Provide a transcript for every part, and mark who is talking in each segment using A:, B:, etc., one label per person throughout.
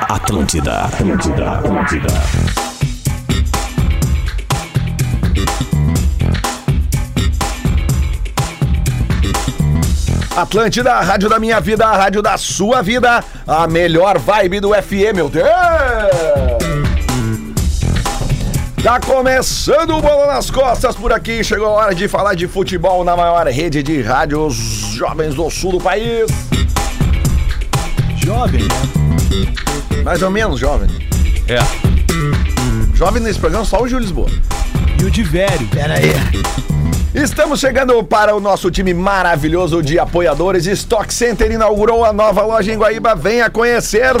A: Atlântida, Atlântida, Atlântida.
B: Atlântida, a rádio da minha vida, a rádio da sua vida, a melhor vibe do FM, meu Deus! Tá começando o Bola nas Costas por aqui, chegou a hora de falar de futebol na maior rede de rádios jovens do sul do país.
C: Jovem, né?
B: Mais ou menos jovem.
D: É.
B: Jovem nesse programa só o Júlio Lisboa.
C: E o de velho. Pera aí.
B: Estamos chegando para o nosso time maravilhoso de apoiadores. Stock Center inaugurou a nova loja em Guaíba. Venha conhecer.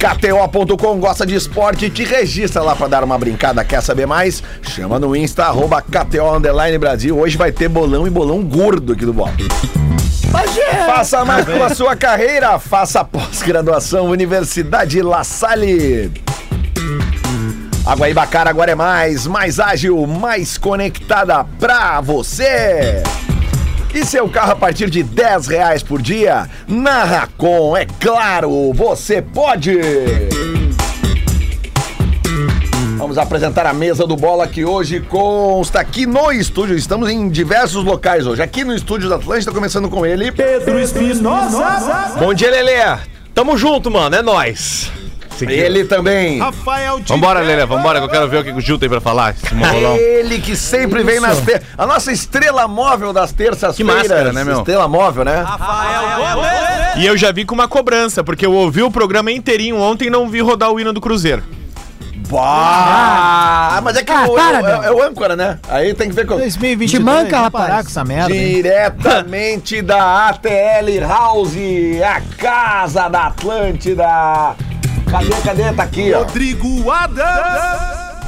B: KTO.com gosta de esporte, te registra lá para dar uma brincada. Quer saber mais? Chama no Insta, arroba KTO Underline Brasil. Hoje vai ter bolão e bolão gordo aqui do Bob.
C: É.
B: Faça mais com a sua carreira, faça pós-graduação Universidade La Salle. A Guaibacara agora é mais, mais ágil, mais conectada pra você. E seu carro a partir de 10 reais por dia? Na Racon, é claro, você pode! Vamos apresentar a mesa do Bola que hoje consta aqui no estúdio. Estamos em diversos locais hoje. Aqui no estúdio da Atlântida, começando com ele.
E: Pedro Espinosa.
D: Bom dia, Lelê. Tamo junto, mano. É nóis.
B: Ele também.
C: Rafael de
D: Vambora, Lelê. Vambora, que eu quero ver o que o Gil tem pra falar. Esse mongolão.
B: Ele que sempre vem nas terças. A nossa estrela móvel das terças-feiras.
D: Que máscara, né, meu?
B: Estrela móvel, né?
F: é
C: é
D: E eu já vi com uma cobrança, porque eu ouvi o programa inteirinho ontem e não vi rodar o hino do Cruzeiro.
B: Bah! Mas é que
F: Ah,
B: o-
F: para,
B: é,
F: meu.
B: é o âncora, né? Aí tem que ver com.
C: 2022.
F: Te manca,
C: vamos
F: rapaz.
C: Parar com essa merda. hein?
B: Diretamente da ATL House, a casa da Atlântida. Cadê, cadê? Tá aqui, ó.
E: Rodrigo Adams.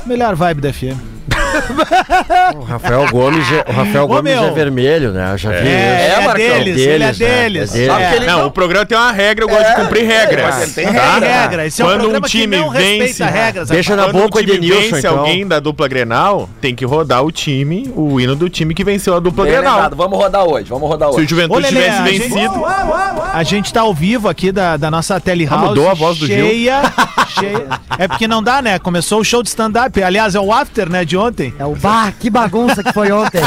C: Melhor vibe da FM.
G: O Rafael Gomes, é- o Rafael Gomes
C: meu.
G: é vermelho, né? Eu já vi
C: É,
G: isso.
C: ele é
B: Marcão,
C: deles, ele é
G: deles, né?
C: deles.
G: É deles.
B: Sabe que ele-
D: não, É. o programa tem uma regra, eu gosto de cumprir regras.
B: mas ele tem
D: tá?
C: Tem regra. Esse é um
D: Quando um
C: programa que
D: time
C: não respeita
D: vence. né?
C: regras.
G: Deixa na
D: Quando
G: boca o
D: o time
G: Edenilson,
D: vence
G: então.
D: alguém da dupla Grenal, tem que rodar o time, o hino do time que venceu a dupla
B: Bem
D: Grenal.
B: lembrado. Vamos rodar hoje, vamos rodar
D: Se o
B: hoje.
D: Juventude
C: Ô, Lelê,
D: tivesse
C: a gente-
D: vencido,
C: A gente tá ao vivo aqui da, da nossa telehouse.
D: Ah, mudou a voz do Gil.
C: cheia, Cheia, É porque não dá, né? Começou o show de stand-up. Aliás, é o after, né, de ontem.
F: É o bar, que bagunça que foi ontem.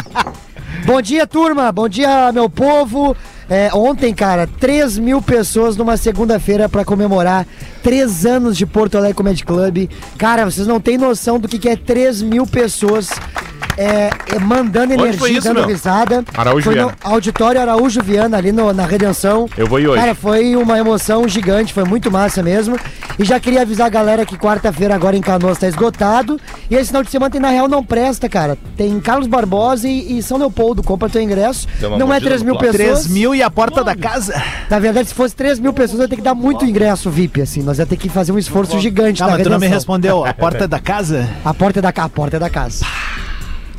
F: Bom dia, turma. Bom dia, meu povo. É, ontem, cara, 3 mil pessoas numa segunda-feira pra comemorar 3 anos de Porto Alegre Comedy Club. Cara, vocês não têm noção do que, que é 3 mil pessoas é, é, mandando
D: Onde foi
F: energia,
D: isso,
F: dando
D: meu?
F: risada.
D: Araújo
F: foi no
D: Viana.
F: Auditório Araújo Viana, ali no- na Redenção.
D: Eu vou ir hoje.
F: Cara, foi uma emoção gigante, foi muito massa mesmo. E já queria avisar a galera que quarta-feira agora em Canoas tá esgotado. E esse final de semana tem, na real não presta, cara. Tem Carlos Barbosa e, e São Leopoldo. Compra teu ingresso.
D: uma
F: não é
D: mordida
F: 3 mil
D: no plato.
F: pessoas.
C: 3 mil e a porta da casa.
F: Na verdade, se fosse 3 mil pessoas, ia ter que dar muito ingresso VIP, assim. Nós ia ter que fazer um esforço gigante
C: Ah,
F: na
C: mas tu não me
F: redenção.
C: respondeu. A porta da casa?
F: A porta é da, ca- a porta é da casa.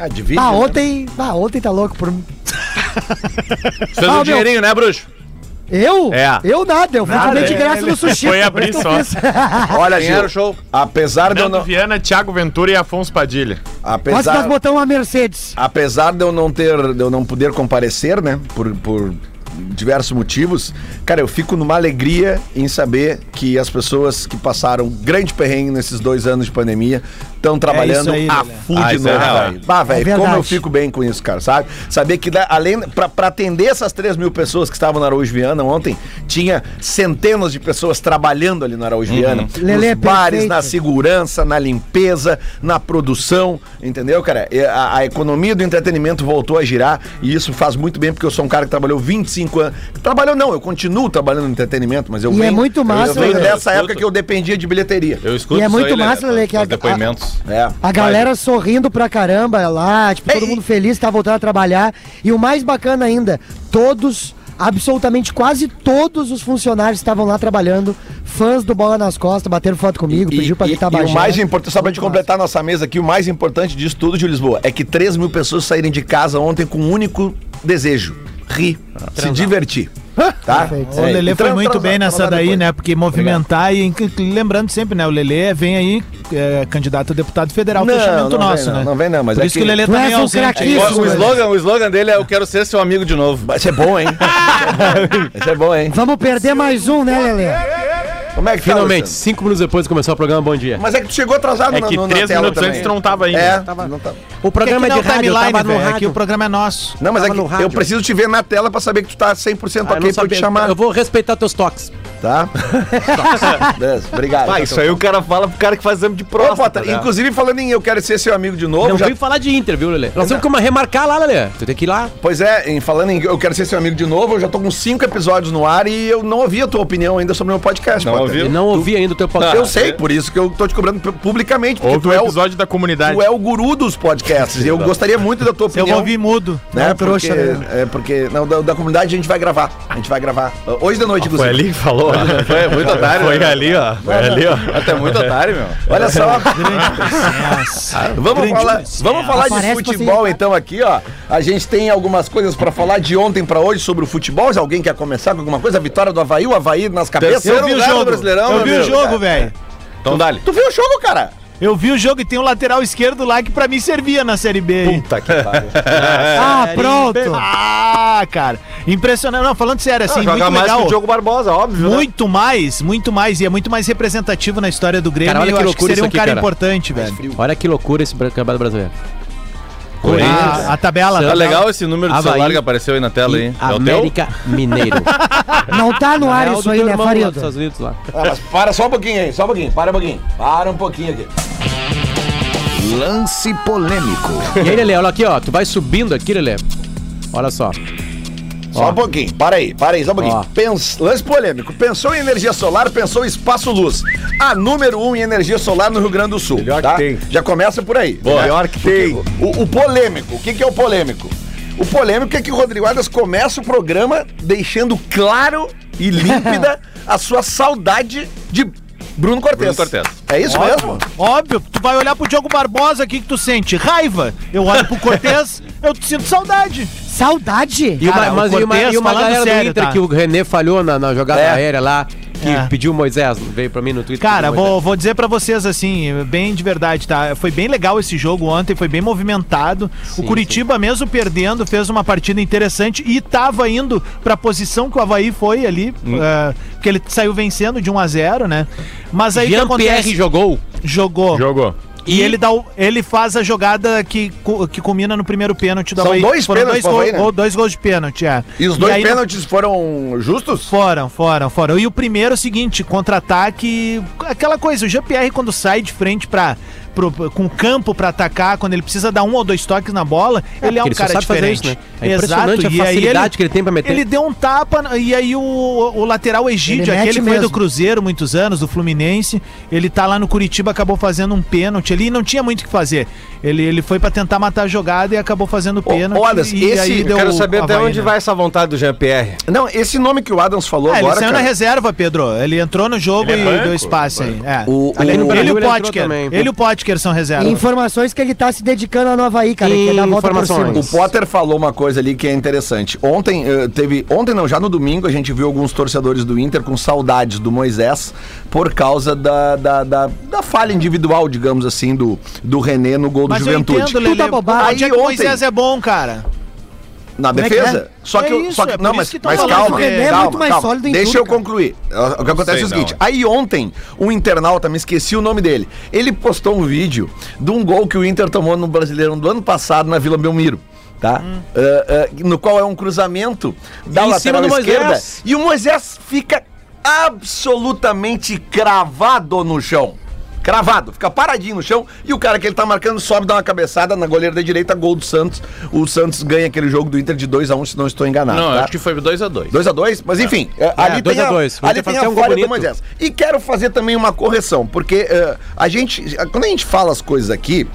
B: Ah, divide,
F: Ah,
B: né?
F: ontem. Ah, ontem tá louco por.
D: fez
F: Ah,
D: um
F: meu.
D: dinheirinho, né, bruxo?
F: Eu?
D: É.
F: Eu nada, eu fui comer de
C: é.
F: graça no sushi.
D: Foi abrir
F: Eu
D: só.
F: fiz.
B: Olha,
D: Quem era o
B: Gil,
D: show?
B: apesar de eu
D: Fernando
B: não.
D: Viana, Thiago Ventura e Afonso Padilha.
F: Quase que nós
B: Apesar,
F: botamos uma Mercedes.
B: apesar de eu não ter, de eu não poder comparecer, né, por, por diversos motivos, cara, eu fico numa alegria em saber que as pessoas que passaram grande perrengue nesses dois anos de pandemia estão trabalhando
C: aí,
B: a
C: Lelé.
B: full
D: Ah,
B: de
D: isso
B: novo,
D: é real,
B: velho. Bah, velho, como
F: verdade.
B: eu fico bem com isso, cara, sabe? Saber que da- além pra, pra atender essas 3 mil pessoas que estavam na Araújo Viana ontem, tinha centenas de pessoas trabalhando ali na Araújo
D: Uhum.
B: Viana, nos
F: Lelé,
B: bares,
F: é perfeito.
B: nas segurança, na limpeza, na produção, entendeu, cara? E A, a economia do entretenimento voltou a girar e isso faz muito bem porque eu sou um cara que trabalhou 25 anos. Trabalhou não, eu continuo trabalhando no entretenimento, mas eu
F: E é muito massa,
B: eu venho
F: né?
B: dessa
D: Eu
B: época
D: escuto.
B: que eu dependia de bilheteria.
D: Eu escuto
F: E é
D: isso
F: muito
H: né?
D: aí,
F: massa, Lelê, que
D: os
F: a-
D: depoimentos.
B: É.
F: A galera sorrindo pra caramba lá, tipo, todo
B: É,
F: mundo
B: e-
F: feliz, tá voltando a trabalhar. E o mais bacana ainda, todos, absolutamente quase todos os funcionários que estavam lá trabalhando, fãs do Bola nas Costas, bateram foto comigo, pediu pra
B: e,
F: gritar
B: e o
F: baixo.
B: mais importante, só pra gente
F: Muito
B: completar a nossa mesa aqui, o mais importante disso tudo, de Lisboa, é que 3 mil pessoas saírem de casa ontem com um único desejo: rir, se divertir. Tá?
F: Perfeito.
C: O
B: É,
C: Ah. Lelê
B: e
C: foi
B: tran-
C: muito
B: transar,
C: bem nessa
B: transar
C: daí,
B: depois.
C: né? Porque movimentar e e lembrando sempre, né? O Lelê vem aí é, candidato a deputado federal,
B: Não, não
C: fechamento
B: vem
C: nosso,
B: não,
C: né?
B: não vem não, mas
C: Por
B: é
C: isso que,
B: que-
C: o Lelê
F: Tu
C: também
F: és
C: é
F: um
C: ausente.
F: craquíssimo,
C: Gosto-
F: O slogan-
D: o slogan dele é Eu quero ser seu amigo de novo.
B: é Vai ser é bom, hein? Vai ser bom, hein?
F: Vamos perder mais um, né, Lelê?
B: Como é que tá,
G: Finalmente,
B: Luciano?
G: cinco minutos depois começou o programa Bom Dia.
B: Mas é que tu chegou atrasado
D: É que três minutos antes tu não tava ainda.
B: É, não, tá-
I: O
C: Porque
I: programa
C: aqui
I: é
C: não
I: de
C: é o
I: rádio, eu
C: timeline,
I: tava no
G: né?
C: velho. Aqui
I: rádio.
C: o programa é nosso.
B: não mas é
I: Tava
B: que
I: no rádio.
B: eu preciso te ver na tela pra saber que tu tá 100%
I: Ah, eu
B: ok
I: não
B: pra eu te
I: sabia.
B: chamar.
G: Eu vou respeitar teus toques.
B: Tá? é Beleza, obrigado.
H: Ah, isso aí o cara fala pro cara que faz exame de
B: Ô,
H: próstata.
B: Potter,
H: né?
B: inclusive falando em eu quero ser seu amigo de novo,
G: Não
B: já-
G: veio falar de Inter, viu, Lelê? Nós temos que remarcar lá, Lelê. Tu tem que ir lá.
B: pois é, em falando em eu quero ser seu amigo de novo, eu já tô com cinco episódios no ar e eu não ouvi a tua opinião ainda sobre o meu podcast,
H: Não
B: Potter.
H: ouviu?
G: Eu não ouvi ainda o teu podcast.
B: Eu sei, por isso que eu tô te cobrando pu- publicamente, porque
D: Houve
B: tu
D: um
B: é, o,
D: episódio da comunidade.
B: tu é o guru dos podcasts. e eu gostaria muito da tua
C: Se eu
B: opinião.
C: vou ouvir mudo.
B: Né?
F: Não, trouxa,
B: porque,
F: né?
B: é porque não, da, da comunidade a gente vai gravar. A gente vai gravar. Uh, Hoje da noite,
D: Ah,
B: inclusive.
D: Foi
B: é
D: ali que falou.
H: Foi muito otário.
D: Foi
H: né?
D: ali, ó. Foi ali, ó.
H: Até muito otário, meu.
B: Olha só.
C: Nossa.
B: Vamos
C: Grande
B: falar,
C: coisa.
B: vamos falar de
F: Parece que
B: futebol
F: você-
B: então aqui, ó. A gente tem algumas coisas pra falar de ontem pra hoje sobre o futebol. Se alguém quer começar com alguma coisa, a vitória do Havaí, o Havaí nas cabeças.
C: Eu vi o
B: lugar no
C: jogo.
B: Brasileirão,
C: Eu
B: meu
C: vi o
B: Deus.
C: jogo, velho.
H: Então dá-lhe.
B: Tu viu o jogo, cara?
C: Eu vi o jogo e tem um lateral esquerdo lá que pra mim servia na Série B. hein?
F: Ah, pronto.
C: Ah, cara. Impressionante. Não, falando sério, assim,
H: Joga
C: muito
H: mais que
C: legal.
H: o Diogo Barbosa, óbvio. né?
C: Muito mais, muito mais. E é muito mais representativo na história do Grêmio.
G: Cara, olha
C: e eu
G: que
C: acho que
G: loucura
C: seria um
G: isso aqui,
C: cara,
G: cara.
C: importante, velho.
G: Olha que loucura esse bra- campeonato brasileiro.
C: Ah, A, a tabela.
G: é
H: Tá legal esse número de
G: Havaí.
H: celular que apareceu aí na
D: Tá
H: tela,
G: E
H: hein? É o teu?
G: América Mineiro. É
F: Não tá no ar isso aí, né, Farido?
B: Ah, mas para só um pouquinho aí, só um pouquinho, para um pouquinho. Para um pouquinho aqui.
J: Lance polêmico.
G: E aí, Lelê, olha aqui, ó. Tu vai subindo aqui, Lelê. Olha só.
B: Só um pouquinho, para aí, para aí, só um pouquinho.
G: Ó.
B: Pens- lance polêmico. Pensou em energia solar, pensou em espaço luz. A número um em energia solar no Rio Grande do Sul.
H: Melhor
B: tá?
H: que tem.
B: Já começa por aí. Né?
H: Boa. Melhor que tem.
B: O, o polêmico, o que, que é o polêmico? O polêmico é que o Rodrigo Adas começa o programa deixando claro e límpida a sua saudade de Bruno Cortes.
H: Bruno Cortes.
B: É isso mesmo?
C: Óbvio, tu vai olhar pro Diogo Barbosa, o que, que tu sente? Raiva. Eu olho pro Cortez, eu te sinto saudade.
F: Saudade?
G: E uma,
C: Cara, o
G: mas e uma,
C: Cortez
G: e uma
C: falando
G: galera
C: sério,
G: do Inter
C: tá?
G: que o René falhou na, na jogada
B: É.
G: aérea lá, que
C: É.
G: pediu o Moisés, veio pra mim no Twitter.
C: Cara,
G: pediu o
C: vou,
G: Moisés.
C: vou dizer pra vocês assim, bem de verdade, tá? Foi bem legal esse jogo ontem, foi bem movimentado. o Curitiba, mesmo perdendo, fez uma partida interessante e tava indo pra posição que o Havaí foi ali,
B: Hum.
C: eh, porque ele saiu vencendo de 1 a 0 né? Mas aí o que
G: Jean-Pierre
C: acontece?
G: jogou.
C: Jogou.
D: Jogou.
C: E ele, dá o- ele faz a jogada que, cu- que culmina no primeiro pênalti da
B: São dois pênaltis
C: dois,
B: pro
C: gol-
B: Havaí, né?
C: gol- dois gols de pênalti, é.
B: E os dois
C: aí no-
B: pênaltis foram justos?
C: Foram, foram, foram. E o primeiro é o seguinte, contra-ataque, aquela coisa, o GPR quando sai de frente pra, pro, com o campo pra atacar, quando ele precisa dar um ou dois toques na bola, ele é um
G: porque ele
C: cara
G: só sabe fazer
C: diferente.
G: isso, né? É impressionante a
C: e aí
G: facilidade que ele tem pra meter.
C: Ele deu um tapa e aí o, o lateral
F: Ele
C: Egídio,
F: mete
C: aquele que foi do
F: mesmo.
C: Cruzeiro muitos anos, do Fluminense, ele tá lá no Curitiba, acabou fazendo um pênalti ali e não tinha muito o que fazer. Ele, ele foi pra tentar matar a jogada e acabou fazendo o pênalti.
B: olha,
C: e
B: esse- eu
H: Eu quero
C: o
H: saber até
C: Avaí,
H: onde
C: né?
H: vai essa vontade do Jean-Pierre.
B: Não, esse nome que o Adams falou
C: É, ele
B: agora.
C: saiu
B: cara-
C: na reserva, Pedro. Ele entrou no jogo
D: Ele é
C: e
D: banco,
C: deu espaço aí. É.
B: O-
C: ele,
B: o-
C: ele e o
G: ele entrou
C: Potker.
G: também.
C: Ele e o Potker são reserva.
F: Informações que ele tá se dedicando a Nova aí, cara. Ele quer dar a volta por cima.
G: Informações.
B: O Potter falou uma coisa ali que é interessante. Ontem eh, teve, ontem não, já no domingo a gente viu alguns torcedores do Inter com saudades do Moisés por causa da, da, da, da falha individual, digamos assim, do, do René no gol
C: Mas
B: do
C: eu
B: Juventude.
C: entendo, Lelê.
F: Tudo abobado.
C: Onde é
B: Aí
C: que o
B: ontem-
C: Moisés é bom, cara.
B: Na
C: Como é que
B: defesa?
C: é?
B: Só que,
C: É
B: eu- só
C: isso,
B: que
C: é por
B: não,
C: isso
B: mas,
C: que tão
B: mas
C: falando
B: calma,
C: que o René
F: é
B: calma,
F: muito mais
B: calma.
F: sólido em
B: Deixa
F: tudo,
B: eu
F: cara.
B: concluir. O que acontece
H: sei
B: é o seguinte,
H: não,
B: aí ontem um internauta, me esqueci o nome dele, ele postou um vídeo de um gol que o Inter tomou no Brasileiro do ano passado na Vila Belmiro. Tá? Ah, ah, no qual é um cruzamento da
G: Hum. E em cima
B: lateral
G: do
B: esquerda
G: Moisés.
B: e o Moisés fica absolutamente cravado no chão. Cravado, fica paradinho no chão e o cara que ele tá marcando sobe, dá uma cabeçada na goleira da direita, gol do Santos. O Santos ganha aquele jogo do Inter de 2x1, se não estou enganado.
H: Não,
B: tá?
H: acho que foi 2x2.
B: 2x2, mas enfim, é, ali
G: dois
B: tem
G: a
B: a,
G: dois. Vou
B: ali
G: ter que
B: tem
G: fazer
B: a
G: um gol
B: falha do
G: bonito.
B: Moisés. E quero fazer também uma correção, porque é, a gente, quando a gente fala as coisas aqui,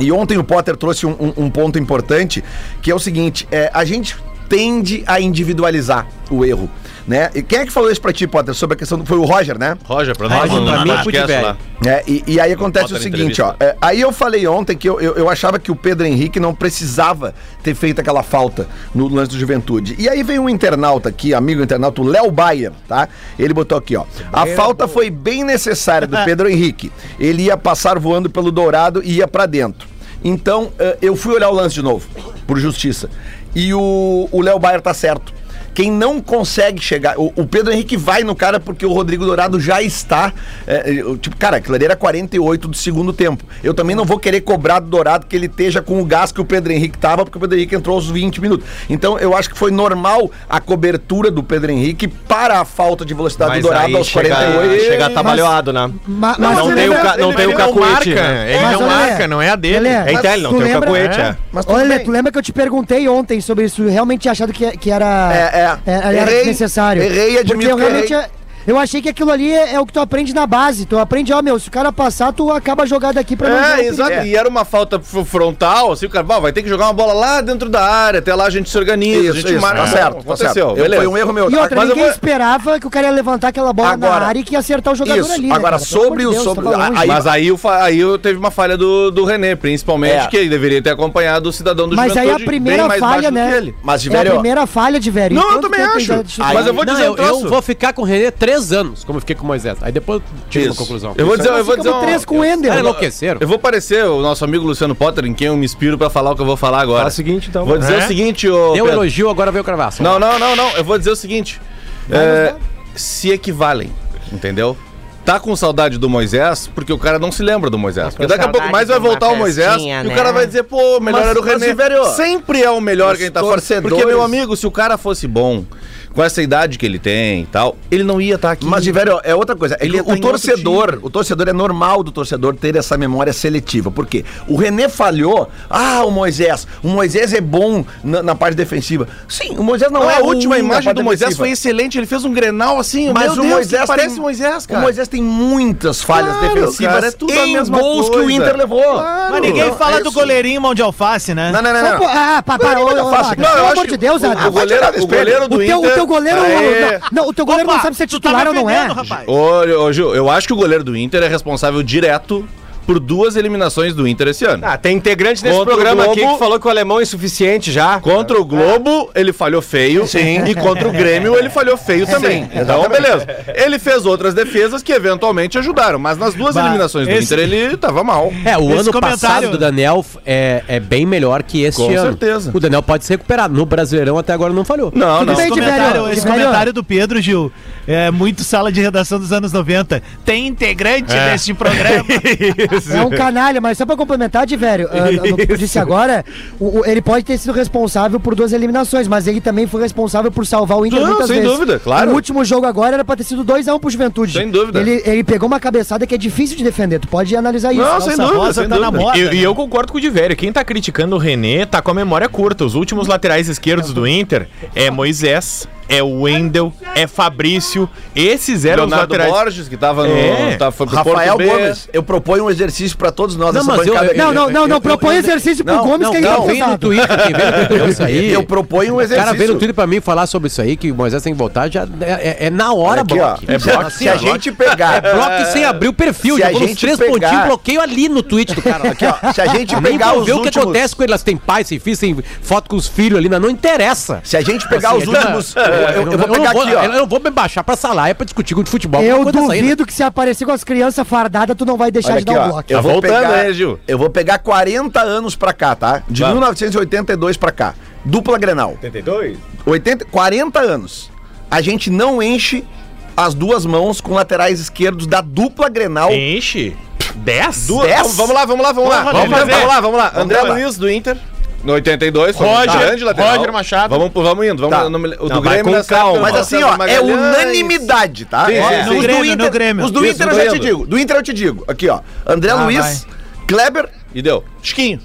B: e ontem o Potter trouxe um, um- um ponto importante, que é o seguinte, é, a gente tende a individualizar o erro, né? E quem é que falou isso pra ti, Potter, sobre a questão do... Foi o Roger, né?
H: Roger, pra
G: Roger,
H: nós, no
G: pra mim,
H: podcast
G: fute velho.
H: lá.
B: É, e, e aí acontece
H: Bota
B: o
H: na
B: seguinte, ó.
H: entrevista.
B: é, aí eu falei ontem que eu, eu, eu achava que o Pedro Henrique não precisava ter feito aquela falta no lance do Juventude. E aí veio um internauta aqui, amigo internauta, o Léo Baia, tá? Ele botou aqui, ó. A falta foi bem necessária do Pedro Henrique. Ele ia passar voando pelo Dourado e ia pra dentro. Então, eh, eu fui olhar o lance de novo, por justiça. E o o Léo Baier tá certo. Quem não consegue chegar. O, o Pedro Henrique vai no cara porque o Rodrigo Dourado já está. é, é, o tipo, cara, aquilo ali era 48 do segundo tempo. Eu também não vou querer cobrar do Dourado que ele esteja com o gás que o Pedro Henrique tava, porque o Pedro Henrique entrou aos 20 minutos. Então eu acho que foi normal a cobertura do Pedro Henrique para a falta de
H: Tá
B: velocidade do Dourado aos 48.
H: Chega atabalhoado, né?
F: Ma-
H: Não,
F: mas-
H: não
F: mas
H: tem
F: ele-
H: o, ca, não tem o cacuete, né?
D: Ele
F: Mas,
D: não
F: olha,
D: marca, não é a dele.
F: Lelê,
H: É então, ele
F: tu
H: não tem o
F: lembra-
H: cacuete, é.
B: Mas tudo
F: Olha,
B: bem.
F: Lê, tu lembra que eu te perguntei ontem sobre isso? Eu realmente tinha achado que, que era,
B: É, é.
F: era
B: Errei,
F: necessário.
B: errei, admito
F: Porque eu
B: que
F: realmente. é-
B: errei.
F: Eu achei que aquilo ali é, é o que tu aprende na base. Tu aprende, ó, meu, se o cara passar, tu acaba jogado aqui pra não dar o
H: É,
F: perigo.
H: exato.
B: É.
H: E era uma falta f- frontal, assim, o cara "Bom, vai ter que jogar uma bola lá dentro da área, até lá a gente se organiza, a
B: Isso,
H: gente
B: isso,
H: marca.
B: tá
H: Bom,
B: certo, tá certo.
H: aconteceu,
B: Eu-
H: beleza.
B: Foi um erro meu.
F: E outra,
B: Mas eu
F: ninguém
B: vou-
F: esperava que o cara ia levantar aquela bola
B: Agora-
F: na área e que ia acertar o jogador
B: Isso.
F: ali. né,
B: Agora,
F: cara? Pelo
B: sobre
F: amor de
B: o-
F: Deus, tá
B: sobre-
F: tava longe.
B: aí-
H: Mas aí, eu fa- aí eu teve uma falha do, do René,
B: É.
H: principalmente, que ele deveria ter acompanhado o cidadão do
F: Mas aí a
H: Juventude, bem
F: primeira
H: mais
F: falha,
H: baixo do que
F: né?
H: ele.
B: Mas,
F: É a
B: velho,
F: primeira falha de velho. Então
H: Não,
F: Em
H: eu
F: tanto
H: também
F: tempo ele
H: acho.
F: já te-
B: Aí-
G: Mas eu vou
I: Não,
G: dizer
I: eu,
G: um troço.
I: eu vou ficar com o Renê três anos, como eu fiquei com o Moisés. Aí depois eu tiro uma
H: Isso.
I: conclusão.
H: Eu vou dizer, eu vou
F: Ficamos
H: dizer um uma-
F: três com o Ender.
I: Cara, é enlouqueceram.
H: Eu vou parecer o nosso amigo Luciano Potter, em quem eu me inspiro pra falar o que eu vou falar agora.
G: Fala o seguinte, então.
H: Vou dizer
D: É?
H: o seguinte, ô
I: Deu um
H: Pedro.
I: elogio, agora veio o cravaço.
H: Não, não, não, não. Eu vou dizer o seguinte. É, se equivalem, entendeu? Tá com saudade do Moisés, porque o cara não se lembra do Moisés. Porque daqui a pouco mais vai voltar o Moisés e o cara vai dizer, pô, o melhor
B: Mas-
H: era o
B: mas,
H: René.
B: velho,
H: Sempre é o melhor quem tá fora.
B: torcedores-
H: Porque, meu amigo, se o cara fosse bom, com essa idade que ele tem e tal, ele não ia estar aqui.
B: Mas, de velho, é outra coisa. É
H: Ele
B: que
H: ia tá
B: o
H: em outro
B: torcedor, o torcedor é normal do torcedor ter essa memória seletiva. Por quê? O René falhou. Ah, o Moisés. O Moisés é bom na, na parte defensiva. Sim, o Moisés não
H: Não,
B: é
H: a última
B: ruim na
H: imagem
B: parte
H: do Moisés
B: defensiva.
H: foi excelente, ele fez um grenal assim,
B: Mas o Moisés
H: parece
B: tem,
H: o Moisés, cara.
B: O Moisés tem muitas falhas
H: Claro,
B: defensivas
H: cara, é tudo a
B: em
H: mesma
B: gols que o
H: coisa.
B: Inter levou.
C: Mas ninguém
B: Então,
C: fala
B: é
C: do
B: isso.
C: goleirinho mão de alface, né?
B: Não, não, não,
F: Só
B: não.
F: pô- Ah, pá, para, ô,
B: Não, eu
F: ô,
B: faço-
F: Adams,
H: Não, eu
F: pelo
H: acho
F: amor
H: que
F: de Deus,
H: o-
F: Adams.
H: o goleiro, o goleiro do
F: O teu, o
H: Inter-
F: teu goleiro.
H: Aê.
F: Não, o teu goleiro não sabe se é
C: tá
F: titular ou não é.
H: Ô, ô, Gil, eu acho que o goleiro do Inter é responsável direto por duas eliminações do Inter esse ano.
G: Ah, tem integrante desse
H: Contra o
G: programa aqui
H: Globo.
G: que falou que o alemão é insuficiente já.
H: Contra o Globo, ele falhou feio. é. Sim. E contra o Grêmio, ele falhou feio também. então, beleza. Ele fez outras defesas que eventualmente ajudaram, mas nas duas
C: Bah,
H: eliminações do
C: esse-
H: Inter ele tava mal.
I: É, o
C: Esse
I: ano
C: comentário-
I: passado do Daniel é, é bem melhor que este
H: Com
I: ano.
H: certeza.
I: O Daniel pode se recuperar. No Brasileirão até agora não falhou.
H: Não,
F: Tudo
H: não.
C: Esse,
F: bem,
C: comentário,
F: Diverio,
C: esse
F: Diverio.
C: comentário do Pedro Gil é muito sala de redação dos anos 90. Tem integrante deste programa.
F: É um canalha, mas só pra complementar, de velho, ah, no- no que eu disse agora, o- o- ele pode ter sido responsável por duas eliminações, mas ele também foi responsável por salvar o Inter
H: Não,
F: muitas
H: sem
F: vezes.
H: dúvida, claro.
F: O último jogo agora era pra ter sido 2x1 pro Juventude.
H: Sem dúvida.
F: Ele, ele pegou uma cabeçada que é difícil de defender, tu pode analisar isso.
H: Não,
F: Nossa,
H: sem
C: Essa
H: dúvida,
C: rosa
H: sem
C: tá na
H: dúvida.
C: moda.
D: E, e
C: né?
D: eu concordo com o Diverio. Quem tá criticando o René tá com a memória curta. Os últimos laterais esquerdos do Inter é Moisés, é o Wendel, é Fabrício. Esses eram os
H: Leonardo
D: laterais.
H: Borges, que tava no.
D: É.
H: Tá, foi pro
B: Rafael
H: Porto B.
B: Gomes, eu proponho um exercício pra todos nós
I: Não,
B: nessa
I: mas eu-
B: bancada
I: eu-
B: aqui.
F: Não, não, não,
I: Eu-
F: não,
I: eu-
F: propõe
I: eu-
F: exercício pro
I: Não,
F: Gomes
I: não,
F: que ele tá
I: não, vem no
F: pesado.
I: Twitter, quem vem no Twitter isso aí.
B: Eu proponho um
I: O
B: exercício.
I: cara veio no Twitter pra mim falar sobre isso aí, que o Moisés tem que voltar, já é, é- é na hora,
B: Aqui, ó.
I: Brock.
B: É
I: Assim, ó,
B: Se a gente pegar.
I: Brock sem abrir o perfil,
B: Se a
I: jogou uns
B: gente
I: três
B: pegar-
I: pontinhos, bloqueio ali no tweet do cara.
B: Aqui, ó. Se a gente
I: Nem
B: pegar
I: vou
B: os
I: ver o que
B: últimos-
I: acontece com ele. Elas têm pai, sem filho, tem foto com os filhos ali, mas não interessa.
B: Se a gente pegar os
I: Assim, é de uma-
B: últimos. Eu, eu- eu vou
I: não
B: pegar aqui, ó.
I: Eu não vou me baixar pra salário pra discutir com o de futebol.
F: Eu
I: Quando essa aí, né?
F: duvido que se aparecer com as crianças fardadas, tu não vai deixar
B: Olha
F: de
B: aqui,
F: dar um
B: ó.
F: bloco.
B: Eu
H: Tá
B: vou
H: voltando
B: pegar,
H: aí, Gil.
B: eu vou pegar 40 anos pra cá, tá? De
H: Vamos.
B: 1982 pra cá. Dupla Grenal. 82? 40 anos. A gente não enche as duas mãos com laterais esquerdos da dupla Grenal.
D: Enche? Dez?
H: Duas-
B: Dez?
H: Vamos, vamos lá, vamos lá, vamos lá.
D: Porra,
H: Vamos,
D: Lelê.
H: vamos lá, vamos lá. André
B: Vamos lá.
H: Luiz do Inter. No 82, foi
D: Roger,
H: um grande lateral.
D: Roger Machado.
H: Vamos, vamos indo, vamos.
B: Tá.
H: no- o
G: Não,
H: do
G: vai
H: Grêmio
G: com
H: nessa
G: calma.
H: época,
B: Mas assim, ó, é
H: então. Magalhães.
B: unanimidade, tá?
H: Sim, sim,
B: Os
H: sim.
B: do
C: Grêmio,
B: Inter-
C: no Grêmio.
B: Os do
H: Isso,
B: Inter
H: no
B: eu já te
H: Grêmio.
B: digo. Do Inter eu te digo. Aqui, ó. André
C: Ah,
B: Luiz, Kleber.
H: E deu.
B: Chiquinho.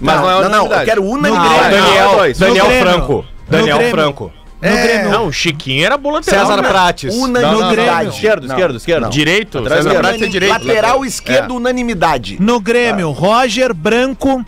H: Mas não,
B: não, não,
H: é
B: eu
H: unanimidade.
B: quero
C: Grêmio.
B: unanimidade.
G: Daniel,
H: dois.
G: Daniel
C: No Grêmio.
G: Franco.
C: No
G: Daniel
C: Grêmio.
G: Franco.
C: No Grêmio.
D: Não, o Chiquinho era bom lateral.
G: César
D: né?
G: Prates.
H: É. Não, não, não,
B: Unanimidade.
H: não. Esquerdo,
B: Não.
H: esquerdo, esquerdo.
B: Não.
D: Direito?
H: Atrás
D: César
H: do
D: Prates é
B: Unani-
D: direito.
B: Lateral esquerdo, unanimidade.
C: No Grêmio, Roger, Branco.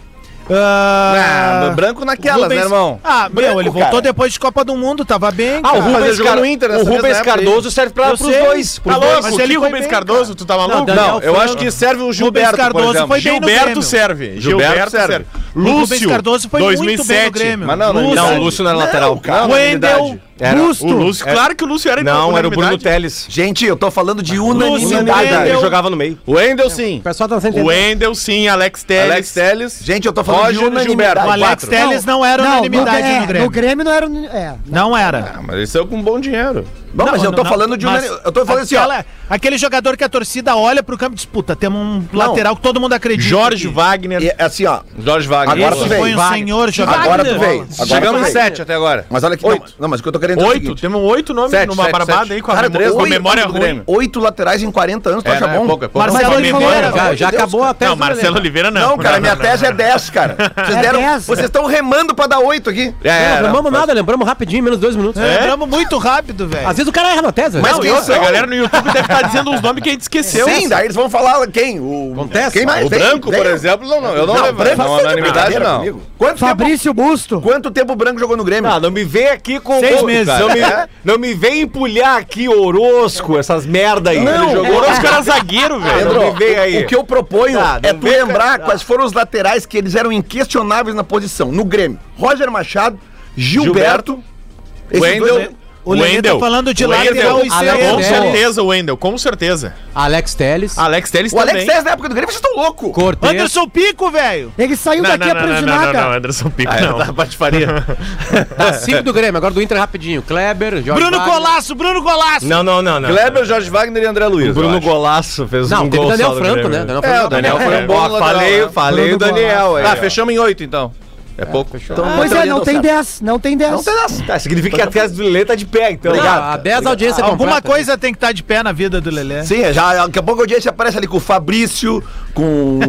H: Ah,
C: ah,
H: branco naquelas,
C: Rubens-
H: né, irmão?
C: Ah, meu,
H: Branco,
C: ele voltou
H: cara.
C: depois de Copa do Mundo, tava bem.
G: Ah, o
C: cara.
H: Mas ele
G: Rubens,
H: jogou
G: Car...
H: no Inter
G: o
H: nessa mesma
G: Rubens
H: época aí.
G: Cardoso serve pra,
C: Eu
G: pros
C: sei.
G: dois. Pro
D: Tá louco?
C: Mas
D: Mas ali
C: ele
D: o
C: foi
D: Rubens
C: bem,
D: Cardoso, tu tá maluco?
C: Daniel
H: Não, eu
C: Franco.
H: acho que serve o Gilberto,
C: Cardoso
H: por exemplo.
C: foi bem no
D: Gilberto
C: Grêmio.
D: serve.
H: Gilberto
D: Gilberto serve.
H: serve.
C: Rubens
D: Lúcio,
C: Cardoso foi muito bem no
D: 2007.
C: Grêmio.
H: Mas não, não,
C: Lúcio,
G: Não, o Lúcio não era lateral.
H: Cara,
C: Wendel,
H: unanimidade.
G: Era
F: Busto.
G: o Lúcio.
D: Lúcio, claro que o Lúcio era
G: Não, era o Bruno
D: unanimidade.
G: Teles.
B: Gente, eu tô falando de
G: Unanimidade,
D: Wendel.
B: unanimidade.
G: ele jogava no meio.
H: O Wendel, sim.
I: O pessoal tá sem
D: O
I: entender.
D: Wendel, sim, Alex Teles.
H: Alex Teles.
B: Gente, eu tô falando
H: Roger
B: de
H: e
B: unanimidade.
H: Gilberto.
C: O Alex
H: Quatro.
C: Teles não era
F: Não,
C: unanimidade
F: é,
C: no Grêmio.
F: No Grêmio não era. uni- É.
C: Não era.
H: Ah, mas ele saiu com bom dinheiro.
B: Bom, mas
C: Não,
B: eu tô
C: não,
B: falando de
C: mas
B: unanimidade. Eu tô falando assim, ó.
C: aquela- é- Aquele jogador que a torcida olha pro campo e disputa. Temos um lateral que todo mundo acredita.
D: Jorge
C: que-
D: Wagner.
B: e- Assim, ó.
H: Jorge Wagner.
B: Agora tu
H: Boa.
C: Esse
B: vem.
C: foi um senhor jogador.
B: Agora tu vem. Agora
H: Chegamos
B: tu vem.
H: em sete até agora.
B: Mas olha aqui, não, não, mas o que eu tô querendo dizer é o
D: Oito,
B: seguinte.
D: temos oito nomes
H: Sete,
D: numa
H: sete,
D: barbada
H: sete.
D: aí com a,
H: Cara,
D: memó-
H: três
D: com a
H: nomes
D: memória
H: do
D: ruim.
H: Grêmio.
B: Oito laterais em 40 anos, tu acha
H: né?
B: bom?
H: Pouco, é pouco.
C: Marcelo
D: Mas a memória-
C: Oliveira.
I: Já, já
B: Deus,
I: acabou
B: cara.
I: a tese.
D: Não, Marcelo Oliveira não.
B: Não, cara, minha
D: não,
B: tese é 10, cara. Vocês,
F: É
B: deram,
F: 10.
B: vocês estão remando pra dar 8 aqui.
H: É,
I: Não,
H: era.
I: lembramos nada, lembramos rapidinho, menos dois minutos.
C: É, Ah, Lembramos muito rápido,
I: Às
C: velho.
I: vezes o cara erra na tese,
B: Mas
I: velho.
D: Não, e
B: quem
D: outra, a
B: são?
D: galera no YouTube deve estar dizendo uns nomes que a gente esqueceu.
B: Sim, daí eles vão falar quem? O,
I: Acontece.
B: Quem mais?
H: O
B: Vem,
H: branco,
B: vem.
H: por exemplo, não, não. Eu não,
B: Não,
H: levo.
B: branco,
H: Não,
B: vocês estão de
H: unanimidade
B: brincadeira
H: não.
B: comigo? Quanto tempo,
F: Fabrício Busto.
B: quanto tempo o branco jogou no Grêmio?
G: Ah, não me vem aqui com.
C: Seis
G: com-
C: meses.
G: Não me, não me vem empulhar aqui Orosco, essas merda aí. Ele
D: O
G: jogou.
D: Orozco era zagueiro, velho.
G: Pedro,
B: Pedro,
G: não me vem aí.
B: o que eu proponho
G: Tá, não
B: é tu
G: vem, cara.
B: lembrar quais foram os laterais que eles eram inquestionáveis na posição. No Grêmio, Roger Machado, Gilberto, esses dois-
H: Wendel.
C: O Lelê tá falando de lateral e
I: Alex
D: Com
C: esquerdo.
I: Teles.
D: certeza, o Wendel, com certeza.
I: Alex Teles,
D: Alex Teles
B: O Alex
D: também.
B: Tess na época do Grêmio, vocês estão loucos.
I: Cortez.
C: Anderson Pico, velho.
F: Ele saiu
D: Não,
F: daqui
D: não, não, não, não, não, é.
F: aprisionado.
D: Anderson Pico,
H: Ah,
D: não.
H: da patifaria.
I: Tá cinco do Grêmio, agora do Inter rapidinho. Kleber, Jorge
C: Bruno
I: Wagner.
C: Colasso, Bruno Colasso.
G: Não, não, não, não.
H: Kleber, Jorge Wagner e André Luiz.
G: O Bruno
H: eu acho.
G: Golaço fez
I: Não,
G: um
I: teve
G: gol
I: Daniel
G: só do
I: Franco,
G: Grêmio.
I: né? Daniel
H: É,
I: Franco
H: o Daniel
I: é
H: foi um bom
G: Ó,
H: lateral,
G: Ah, falei,
H: né?
G: falei
F: Bruno
G: o Daniel é. aí.
H: Ah,
G: ó.
H: fechamos em oito, então. É pouco.
B: Ah,
F: Pois é,
B: tá
F: não tem 10. Não tem 10.
G: Tá, significa que a tese do Lelê tá de pé,
B: É,
G: então.
I: Obrigado. A 10 audiência
C: Alguma
I: completa.
C: coisa tem que estar de pé na vida do Lelê.
B: Sim, é, já, daqui a pouco a audiência aparece ali com o Fabrício, com.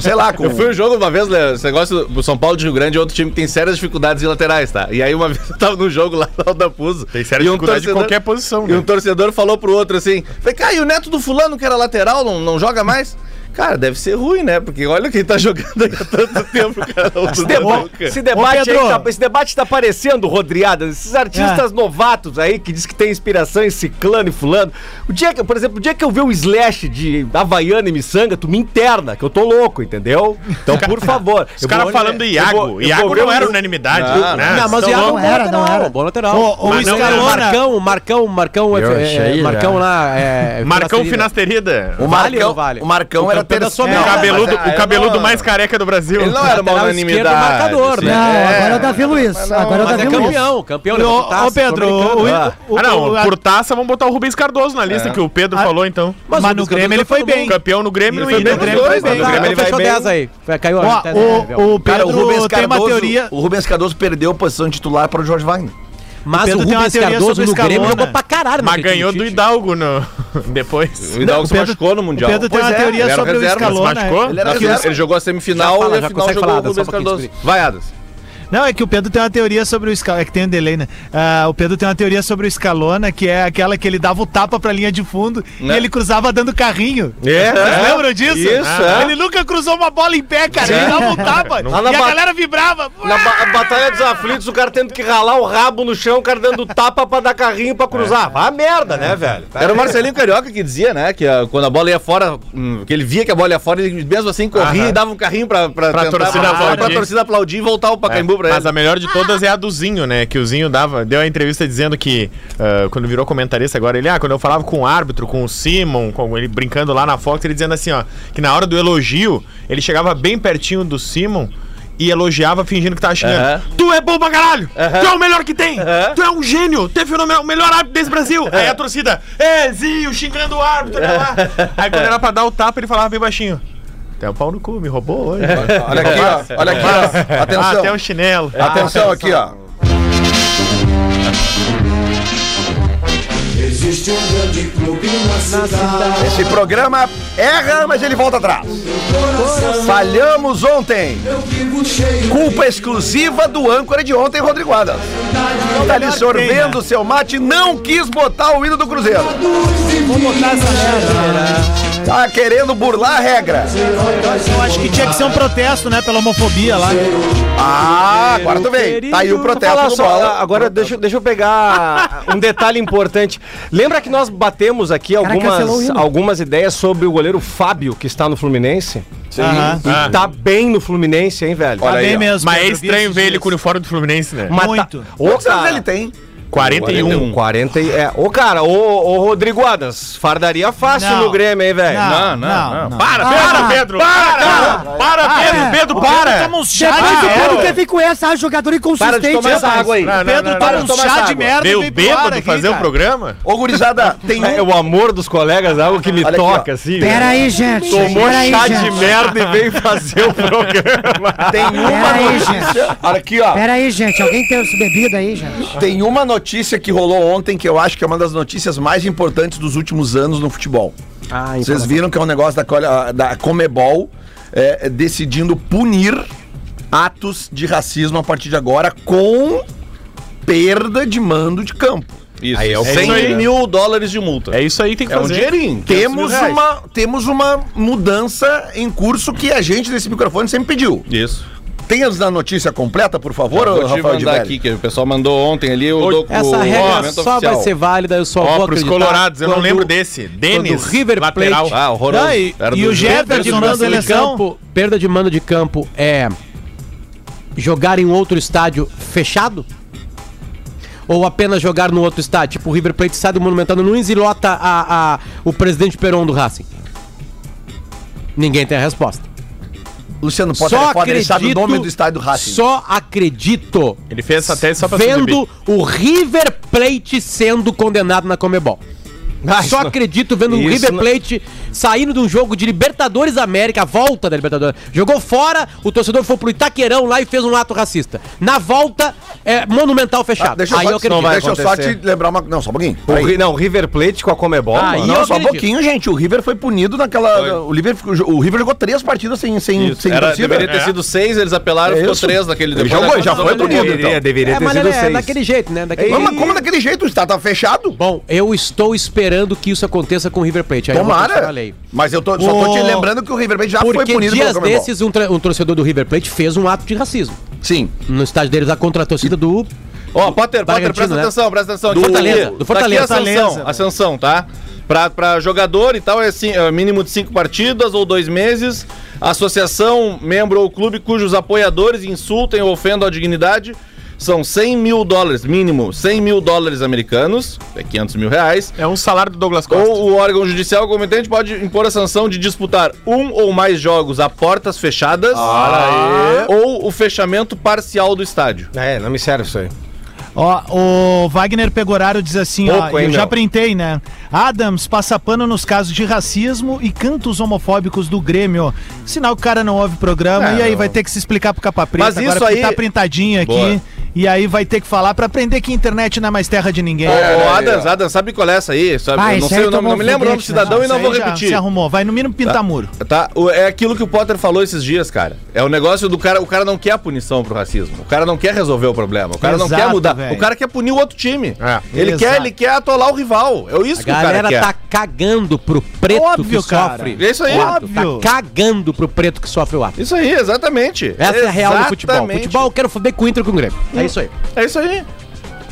B: sei lá, com.
H: Eu fui um jogo uma vez, né, esse negócio do São Paulo de Rio Grande é outro time que tem sérias dificuldades em laterais, tá? E aí uma vez eu tava num jogo lá na Aldapuso.
D: Tem séria dificuldade de qualquer posição,
H: E
D: né?
H: um torcedor falou pro outro assim: Falei, cara, e o neto do fulano que era lateral não, não joga mais? Cara, deve ser ruim, né? Porque olha quem tá jogando aí há tanto tempo, cara. O
G: Esse,
H: Dudu
G: deba-
H: Boca.
G: esse debate
C: Ô, Pedro.
G: aí tá, esse debate tá aparecendo, Rodriada. Esses
D: É.
G: artistas novatos aí que diz que tem inspiração em ciclano e fulano. O dia que, por exemplo, o dia que eu ver o slash de Havaiana e Miçanga, tu me interna, que eu tô louco, entendeu? Então, por favor.
D: Os caras falando do Iago. Iago
G: um
D: não era unanimidade.
H: Não,
D: né?
I: Não, mas o
D: Então,
I: Iago
F: não era, não era.
I: Bom lateral.
C: Ô, ô, Luiz
I: Mas não era.
C: Carlona.
I: Marcão, Marcão, Marcão,
G: Eu
I: é,
G: achei,
I: é, Marcão
G: né?
I: lá. É,
D: Marcão
I: Finasterida.
D: Finasterida.
B: O
I: Vale
B: Marcão,
I: ou vale?
B: o Marcão
I: O
B: era
I: campeão da
B: terceiro.
I: sua
D: O
I: merda.
D: cabeludo,
H: mas, ah,
D: o cabeludo
H: eu não-
D: mais careca do Brasil.
H: Ele não era uma
I: Lateral esquerdo,
H: unanimidade.
I: marcador,
H: sim.
I: né?
F: Não,
H: É.
F: agora é o Davi Luiz. Agora é o
I: Mas é
F: Davi Luiz.
I: campeão, campeão.
C: Ô,
I: levou taça,
C: ô, Pedro,
I: sul-americano.
C: o,
I: Ah.
C: o-
D: Ah, não,
C: o- a-
D: por taça vamos botar o Rubens Cardoso na lista, que o Pedro falou, então.
C: mas,
I: mas o
C: no
I: Buscador
C: Grêmio ele
I: foi
C: foi
I: todo
C: bem.
I: mundo.
D: Campeão no Grêmio
H: Ele foi bem
D: no
H: nos
D: Inter. Mas
H: dois,
D: o
I: Tá,
H: né?
D: Grêmio
I: então
D: ele vai
I: fechou
D: bem.
I: 10 aí. Foi- Caiu
C: Ó,
I: a tese, né,
C: o,
I: Velho?
C: o
B: É,
C: Pedro tem uma teoria.
B: o Rubens Cardoso perdeu a posição de titular para o Jorge Wagner.
I: Mas
C: Pedro
I: o
C: tem uma
I: Rubens
C: teoria
I: Cardoso
C: sobre
I: no
C: Scaloni,
I: Grêmio
C: né?
I: jogou pra caralho.
D: Mas
I: naquele
D: ganhou
I: time,
D: do
I: Tite.
D: Hidalgo no... depois.
H: O Hidalgo se
C: Pedro-
H: machucou no
C: O
H: Mundial.
C: Pedro tem
B: Pois
C: uma
B: é,
H: ele
C: teoria
H: era
C: sobre o
H: reserva, mas
D: se machucou.
C: Escalona.
B: Ele era
H: Não,
B: reserva.
H: ele jogou a semifinal
I: Já fala,
H: e
I: já
H: a final
I: consegue
H: jogou
I: falar,
H: o
I: só um
H: Rubens
I: pouquinho,
H: Cardoso.
I: Espírito.
H: Vai, Adas.
C: Não, é que o Pedro tem uma teoria sobre o Scalona. É que tem um delay, né? Ah, o Pedro tem uma teoria sobre o Scalona, que é aquela que ele dava o tapa pra linha de fundo e
H: Né?
C: ele cruzava dando carrinho.
H: É,
C: Vocês lembram disso?
H: Isso, é.
C: Ele nunca cruzou uma bola em pé, cara. Ele dava um tapa
D: Não.
C: e a
G: na ba-
C: galera vibrava.
G: Na ba- a Batalha dos Aflitos, o cara tendo que ralar o rabo no chão, o cara dando tapa pra dar carrinho pra cruzar. Vai a merda, né,
D: É.
G: velho?
D: tá
H: Era o Marcelinho Carioca que dizia, né? Que ah, quando a bola ia fora, hum, que ele via que a bola ia fora, ele mesmo assim corria
D: Aham.
H: e dava um carrinho pra, pra,
D: Pra torcida
H: pra-
D: aplaudir. É,
H: pra torcida aplaudir e voltar o Pacaembu pra ele.
D: Mas a melhor de todas é a do Zinho, né? Que o Zinho dava, deu a entrevista dizendo que ah, quando virou comentarista agora, ele, ah, quando eu falava com o árbitro, com o Simon, com ele brincando lá na Fox, ele dizendo assim, ó, que na hora do elogio, ele chegava bem pertinho do Simon e elogiava fingindo que tava xingando.
H: Aham.
D: Tu é bom pra caralho! Tu é o melhor que tem! Tu é um gênio! Tu é fenomenal, o melhor árbitro desse Brasil! Aí a torcida, é, Zinho, xingando o árbitro, olha lá! Aí quando era pra dar o tapa, ele falava bem baixinho. Tem o pau no cu, me roubou hoje.
B: Olha aqui, ó. Olha aqui, ó.
D: Ah,
B: Atenção.
C: um
D: até o chinelo.
B: Atenção aqui, ó.
E: Existe um grande clube na cidade.
B: Esse programa erra, mas ele volta atrás. Falhamos ontem.
E: Eu vivo cheio.
B: Culpa exclusiva do âncora de ontem, Rodrigo Adas. Tá ali sorvendo o seu mate, não quis botar o hino do Cruzeiro. Tá querendo burlar a regra.
C: Eu acho que tinha que ser um protesto, né? Pela homofobia lá.
B: Ah, agora tu vem. Tá aí o protesto
G: Fala
B: do
G: só,
B: bola.
G: agora deixa, deixa eu pegar um detalhe importante. Lembra que nós batemos aqui
C: é
F: cancelou o
G: algumas,
F: hino.
G: algumas ideias sobre o goleiro Fábio, que está no Fluminense?
C: Aham.
G: E
D: É.
G: tá bem no Fluminense, hein, velho?
C: Tá bem
H: ó.
C: mesmo.
D: Mas é
C: Pedro, vi
D: estranho
C: esses
D: ver ele
C: dias.
D: com o uniforme do Fluminense, né?
G: Mas tá-
C: Muito.
G: Ô,
B: Quantos anos
G: cara,
B: ele tem?
D: 41.
G: 40 e- é. Ô, cara, ô, ô Rodrigo Adams, fardaria fácil
C: Não.
G: no Grêmio, hein, velho?
C: Não, não,
H: Não, não,
C: não.
H: não.
D: Para,
F: Ah,
D: para, Pedro! Para, cara! Para, Pedro! Pedro, para!
C: Toma uns chá
F: Depois
C: de
F: o Pedro
C: merda.
F: quer vir com essa, ah, jogador
H: Para de
F: inconsistente.
H: tomar essa
F: rapaz.
H: água aí.
D: Não, não,
C: Pedro
D: não,
C: toma
D: não.
C: um
H: toma
C: chá
H: essa
C: de
H: água.
C: merda e
D: Deu
C: vem pro ar
D: bêbado
C: aqui,
D: fazer o
C: cara.
D: programa?
B: Ô, gurizada, tem
G: É
B: um...
G: o amor dos colegas, algo que me
B: Olha aqui, ó.
G: toca, assim.
F: Pera aí, gente.
G: Tomou
B: um
F: pera aí,
G: chá de
F: gente.
G: merda e veio fazer o programa.
B: Tem uma
F: Pera aí,
B: notícia. Olha aqui, ó.
F: Pera aí, gente. Alguém tem essa bebida aí, gente?
B: Tem uma notícia que rolou ontem que eu acho que é uma das notícias mais importantes dos últimos anos no futebol.
G: Ah, então
B: Vocês
G: tá
B: viram que é um negócio da, Cole- da Comebol é, decidindo punir atos de racismo a partir de agora com perda de mando de campo.
H: Isso. Aí
D: é o
H: cem
D: fim, né?
H: mil dólares de multa.
D: É isso aí, tem que
H: É um
D: fazer.
H: dinheirinho.
B: Temos
H: 500 mil reais.
B: uma, temos uma mudança em curso que a gente desse microfone sempre pediu.
H: Isso.
B: Tem as da notícia completa, por favor,
H: Vou te
B: Rafael de
H: mandar
B: Velho?
H: aqui, que o pessoal mandou ontem ali, eu dou com
I: Essa
H: o
I: regra
H: documento
I: só vai
H: oficial.
I: ser válida, eu só
D: Ó,
I: vou
D: pros
I: acreditar
D: colorados, eu não
I: quando-
D: lembro desse. Denis,
I: River Plate-
D: lateral.
H: Ah, horroroso.
C: Não, e-
H: Era
C: e
H: do
C: o
H: jeito.
C: Jefferson
I: Perda de
C: na
I: mando de
C: seleção.
I: campo, perda de mando de campo é jogar em outro estádio fechado? Ou apenas jogar no outro estádio? Tipo, o River Plate estádio Monumental no Nunes e lota a, a- o presidente Peron do Racing? Ninguém tem a resposta.
B: Luciano Potter, é foda, ele sabe o nome do estádio do Racing.
I: Só acredito
D: Ele fez essa tese só pra
I: vendo o River Plate sendo condenado na Comebol. Só acredito vendo o
H: isso
I: River
H: não-
I: Plate saindo de um jogo de Libertadores da América, a volta da Libertadores. Jogou fora, o torcedor foi pro Itaquerão lá e fez um ato racista. Na volta, é monumental
B: Ah,
I: fechado.
B: deixa eu,
I: Aí
B: só,
I: eu acredito.
H: não vai
B: deixa eu só te
H: acontecer.
B: lembrar uma. Não, só um pouquinho.
G: O
B: Peraí.
G: Ri- não, o River Plate com a Comebol.
I: Ah,
G: mano.
I: e-
B: Não,
I: eu
B: só um
I: acredito.
B: pouquinho, gente. O River foi punido naquela. O River, o River jogou três partidas sem, sem, sem
H: Era,
B: torcida.
H: deveria ter
D: É.
H: sido seis, eles apelaram,
B: É
H: ficou
B: isso.
H: três naquele
B: Ele
H: depois.
B: jogou, já
H: Mas
B: foi
H: olha,
B: punido.
G: Deveria, deveria
I: É,
G: ter
I: mas
G: sido
I: ele é
G: seis.
I: daquele jeito, né? Daquele
B: Mas, mas como daquele jeito? O estado tá fechado?
I: Bom, eu estou esperando que isso aconteça com o River Plate. Aí eu vou continuar a
B: Tomara.
I: lei.
B: Mas eu tô, só tô te
I: O-
B: lembrando que o River Plate já foi
I: Porque
B: punido
I: dias
B: Comebol.
I: desses, um, tra- um torcedor do River Plate fez um ato de racismo.
B: Sim.
I: No estádio deles, a contra-torcida do
H: Ó, Potter, Potter,
I: Bragantino,
H: presta
I: né?
H: atenção, presta atenção.
I: Do
H: Aqui tá
I: Fortaleza,
H: aqui.
I: do Fortaleza.
H: Tá aqui a sanção,
C: Fortaleza.
H: a sanção, tá? Pra, pra jogador e tal, é, assim, é mínimo de cinco partidas ou dois meses. Associação, membro ou clube cujos apoiadores insultem ou ofendam a dignidade são 100 mil dólares, mínimo 100 mil dólares americanos, é 500 mil reais.
D: É um salário do Douglas Costa.
H: Ou o órgão judicial competente pode impor a sanção de disputar um ou mais jogos a portas fechadas
I: Ah.
H: ou o fechamento parcial do estádio.
G: É, não me serve isso aí.
C: Ó, o Wagner Pegoraro diz assim, ó,
G: Pouco, hein,
C: eu já
G: meu?
C: printei, né? Adams passa pano nos casos de racismo e cantos homofóbicos do Grêmio. Sinal que o cara não ouve o programa e aí vai ter que se explicar pro capa preta
H: É, Mas isso
C: porque
H: aí-
C: tá printadinho aqui.
H: Boa.
C: E aí vai ter que falar pra aprender que a internet não é mais terra de ninguém.
H: Ô, Adams, Adams, sabe qual é essa aí? Sabe?
F: Ah,
H: eu não
F: esse
H: sei
F: aí
H: o nome,
F: tomou
H: não me lembro o nome do
F: foguete, né?
H: cidadão e não
C: Isso
H: vou
C: aí já
H: repetir.
C: Se arrumou, vai no mínimo pintar muro.
H: Tá? O- É aquilo que o Potter falou esses dias, cara. É o negócio do cara, o cara não quer a punição pro racismo. O cara não quer resolver o problema. O cara não
C: Exato,
H: quer mudar.
C: velho.
H: O cara quer punir o outro time.
D: É.
H: Ele
C: Exato.
H: quer, ele quer atolar o rival. É isso
I: A
H: que o cara
I: galera
H: quer.
I: tá cagando pro preto
C: Óbvio,
I: que
C: cara.
I: sofre.
H: É isso aí.
I: o ato.
C: Óbvio.
I: Tá cagando pro preto que sofre o ato.
H: Isso aí, exatamente.
I: Essa é a real do futebol.
H: Exatamente.
I: Futebol eu quero foder com o Inter e com o Grêmio. É isso aí.
H: É isso aí.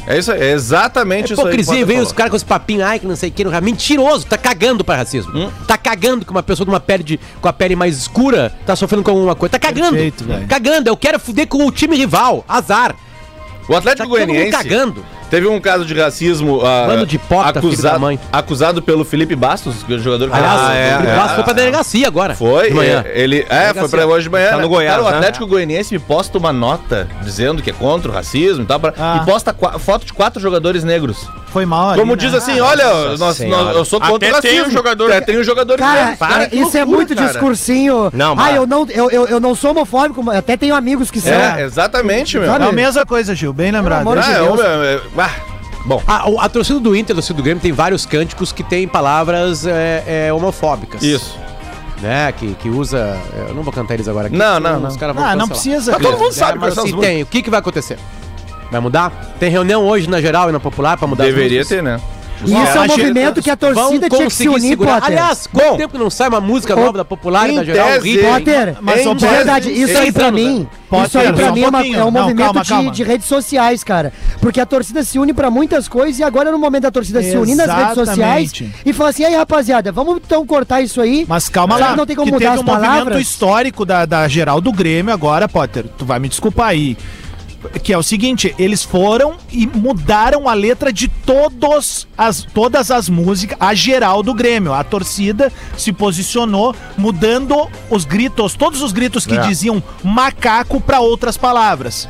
H: É isso aí. É exatamente isso aí. que o
I: Hipocrisia,
H: Potter
I: vem
H: falou.
I: os caras com esse papinho, ai, que não sei o que, não... mentiroso, tá cagando pra racismo.
H: Hum.
I: Tá cagando que uma pessoa de uma pele de- com a pele mais escura tá sofrendo com alguma coisa. Tá cagando.
C: Perfeito, velho.
I: cagando, eu quero foder com o time rival. Azar.
H: O Atlético
I: Tá todo mundo
H: Goianiense
I: cagando.
H: teve um caso de racismo ah,
I: Bando de hipócrita, filho da
H: acusado,
I: mãe.
H: acusado pelo Felipe Bastos, que é o jogador que
I: Aliás,
H: Ah, é,
I: o
H: é,
I: Vasco foi pra
H: é.
I: delegacia agora.
H: Foi,
I: de manhã.
H: é, ele é, foi pra hoje de manhã.
G: Tá no
H: né?
G: Goiás,
H: Cara, o
G: né?
H: Atlético Goianiense me posta uma nota dizendo que é contra o racismo e tal, pra-
C: Ah.
H: e posta qua- foto de quatro jogadores negros.
C: Foi mal ali,
H: Como
C: né?
H: diz assim, olha, nós- nós-
G: Senhora.
H: eu sou contra
D: Até
H: o racismo.
D: tem um jogador
H: Até
D: que-
H: tem um jogador
F: Cara,
H: negro. Para,
F: é-
H: que
F: isso é
H: loucura,
F: muito
H: cara.
F: discursinho.
G: Não,
F: ah,
G: mas-
F: eu não, eu, eu, eu não sou homofóbico, mas até tenho amigos que são.
H: É, exatamente, meu.
F: Sabe?
C: É a mesma coisa, Gil, bem lembrado.
F: amor de
H: Ah, é,
F: Deus.
H: é, é, ah, bom.
I: A, o- a torcida do Inter, a torcida do Grêmio, tem vários cânticos que tem palavras é, é, homofóbicas.
H: Isso.
I: Né? Que, que usa. é, Eu não vou cantar eles agora aqui.
H: Não,
I: senão
H: não, não.
I: Os caras vão
C: Ah, não
I: cancelar.
C: precisa.
H: Tá
B: Mas todo
C: cara.
B: mundo sabe
I: É,
B: quais
I: mas
B: são as
I: se
B: músicas.
I: tem, o que, que vai acontecer? Vai mudar? Tem reunião hoje na geral e na popular pra mudar as
H: Deveria
I: músicas?
H: ter, né?
F: E isso é um
I: Vão
F: movimento que a torcida tinha que se
I: conseguir
F: unir,
I: segurar.
F: Potter.
I: Aliás, quanto tempo que não sai uma música nova da popular e da
H: em
I: geral?
H: tese-
I: Hit,
F: Potter,
C: Mas,
F: mas,
C: ô,
F: de
C: Potter,
F: verdade, isso aí
I: seis
F: pra
I: anos,
F: mim,
I: né?
F: isso aí
C: Potter,
F: pra
C: só
F: mim
C: um
F: é, uma-
C: pouquinho.
F: é um
C: Não,
F: movimento
C: calma,
F: de,
C: calma.
F: de redes sociais, cara. Porque a torcida se une pra muitas coisas e agora é no momento da torcida se unir nas redes sociais
C: Exatamente.
F: e falar assim, aí rapaziada, vamos então cortar isso aí.
C: Mas calma
F: Será
C: lá,
F: que não tem como
C: que
F: mudar
C: teve um
F: as palavras?
C: movimento histórico da, da geral do Grêmio agora, Potter. Tu vai me desculpar aí. que é o seguinte, eles foram e mudaram a letra de todos as, todas as músicas, a geral do Grêmio. A torcida se posicionou mudando os gritos, todos os gritos que diziam macaco para outras palavras.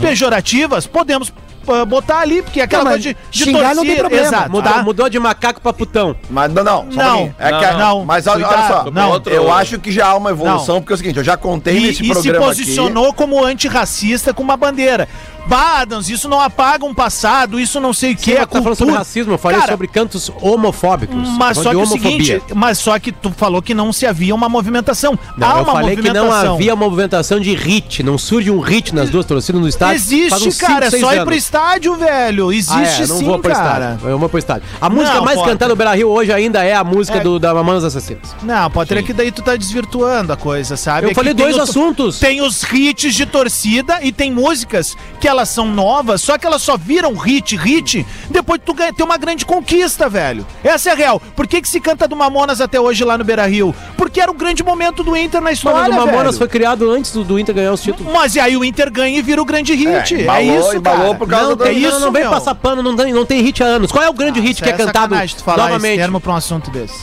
C: Pejorativas, podemos eh, botar ali, porque aquela
F: Não, mas
C: coisa de, de
F: xingar não tem problema.
C: Exato,
I: Mudou,
C: tá?
I: mudou de macaco pra putão.
B: Mas não, não. só um
C: Não,
B: pouquinho. É
C: não,
B: que a-
C: não.
B: Mas olha, olha
C: Cuidado,
B: só.
C: não.
B: Eu acho que já há uma evolução,
C: Não.
B: porque é o seguinte, eu já contei
C: E,
B: nesse
C: e se
B: programa aqui.
C: posicionou como antirracista com uma bandeira. Bah, Adams, isso não apaga um passado, isso não sei o que,
I: Sim,
C: é
I: mas tá falando sobre
C: cultura.
I: racismo, eu falei
C: Cara,
I: sobre cantos homofóbicos.
C: Mas
I: Tô
C: só que é o
I: falando de
C: seguinte, mas só que tu falou que não se havia uma movimentação.
I: Não,
C: Há
I: eu
C: uma
I: falei que
C: movimentação.
I: não havia movimentação de hit, não surge um hit nas duas torcidas no estádio. faz
C: Existe,
I: uns cinco,
C: cara, é
I: seis
C: só ir
I: anos.
C: pro estádio, velho. Existe
I: Ah, é, não
C: sim,
I: vou pro
C: cara.
I: estádio. Eu vou pro estádio. A música
C: Não,
I: mais
C: pode.
I: cantada no Beira Rio hoje ainda é a música do, da Mamonas Assassinas.
C: Não, Potter, é que daí tu tá desvirtuando a coisa, sabe?
I: Eu
C: É que
I: falei
C: tem
I: dois
C: o-
I: assuntos.
C: Tem os hits de torcida e tem músicas que elas são novas, só que elas só viram hit, hit, depois tu ganha, tem uma grande conquista, velho. Essa é a real. Por que que se canta do Mamonas até hoje lá no Beira-Rio? Porque era o grande momento do Inter na
I: Mas
C: história,
I: o Mamonas
C: velho.
I: foi criado antes do, do Inter ganhar os títulos.
C: Mas e aí o Inter ganha e vira o grande hit. É,
B: embalou,
C: isso,
B: embalou
C: cara.
B: por causa
C: não,
B: do-
C: é
I: Não,
C: isso,
I: não, não vem
C: meu. Ah,
I: passar pano, não tem, não tem hit há anos. Qual é o grande hit que é, cantado
C: sacanagem tu falar
I: novamente?
C: esse termo pra um assunto desse.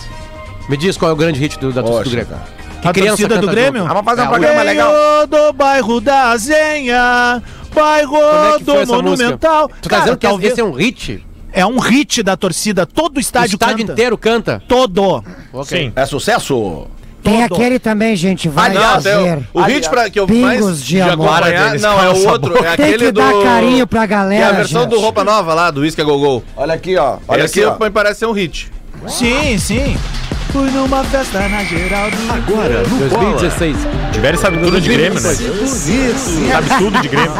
I: Me diz qual é o grande hit do, da torcida do Grêmio. Que
C: A torcida do
I: canta
C: Grêmio?
I: junto?
B: Ah, mas faz um
I: É,
B: programa legal.
C: Venho do bairro da Zenha, bairro
I: Quando é que
C: do
I: foi essa
C: Monumental.
I: música? Tu tá dizendo que
C: talvez-
I: esse é um hit?
C: é um hit da torcida, todo o
I: O
C: estádio,
I: estádio
C: canta.
I: inteiro canta?
C: Todo.
D: Sim.
B: É sucesso?
F: Tem
C: Todo.
F: aquele também, gente, vai
H: tem
F: fazer.
H: o, o hit pra, que eu
F: Pingos
H: mais
F: de amor.
H: acompanhar-
D: Denis,
H: não, é
D: cala
H: o
D: essa
H: outro, é
F: Tem
H: aquele
F: que
H: do...
F: dar carinho pra
H: É
F: galera,
H: a versão do
F: gente.
H: Roupa Nova lá, do Isca Gogol.
B: Olha aqui, ó. Olha
H: Olha
B: aqui,
H: Esse
B: ó.
H: aqui, parece ser um hit.
C: Sim, sim. Fui numa festa na Geraldo.
A: Agora no Bola.
I: 2016.
D: Tiveram sabe tudo de Grêmio, né? Sabe tudo de Grêmio.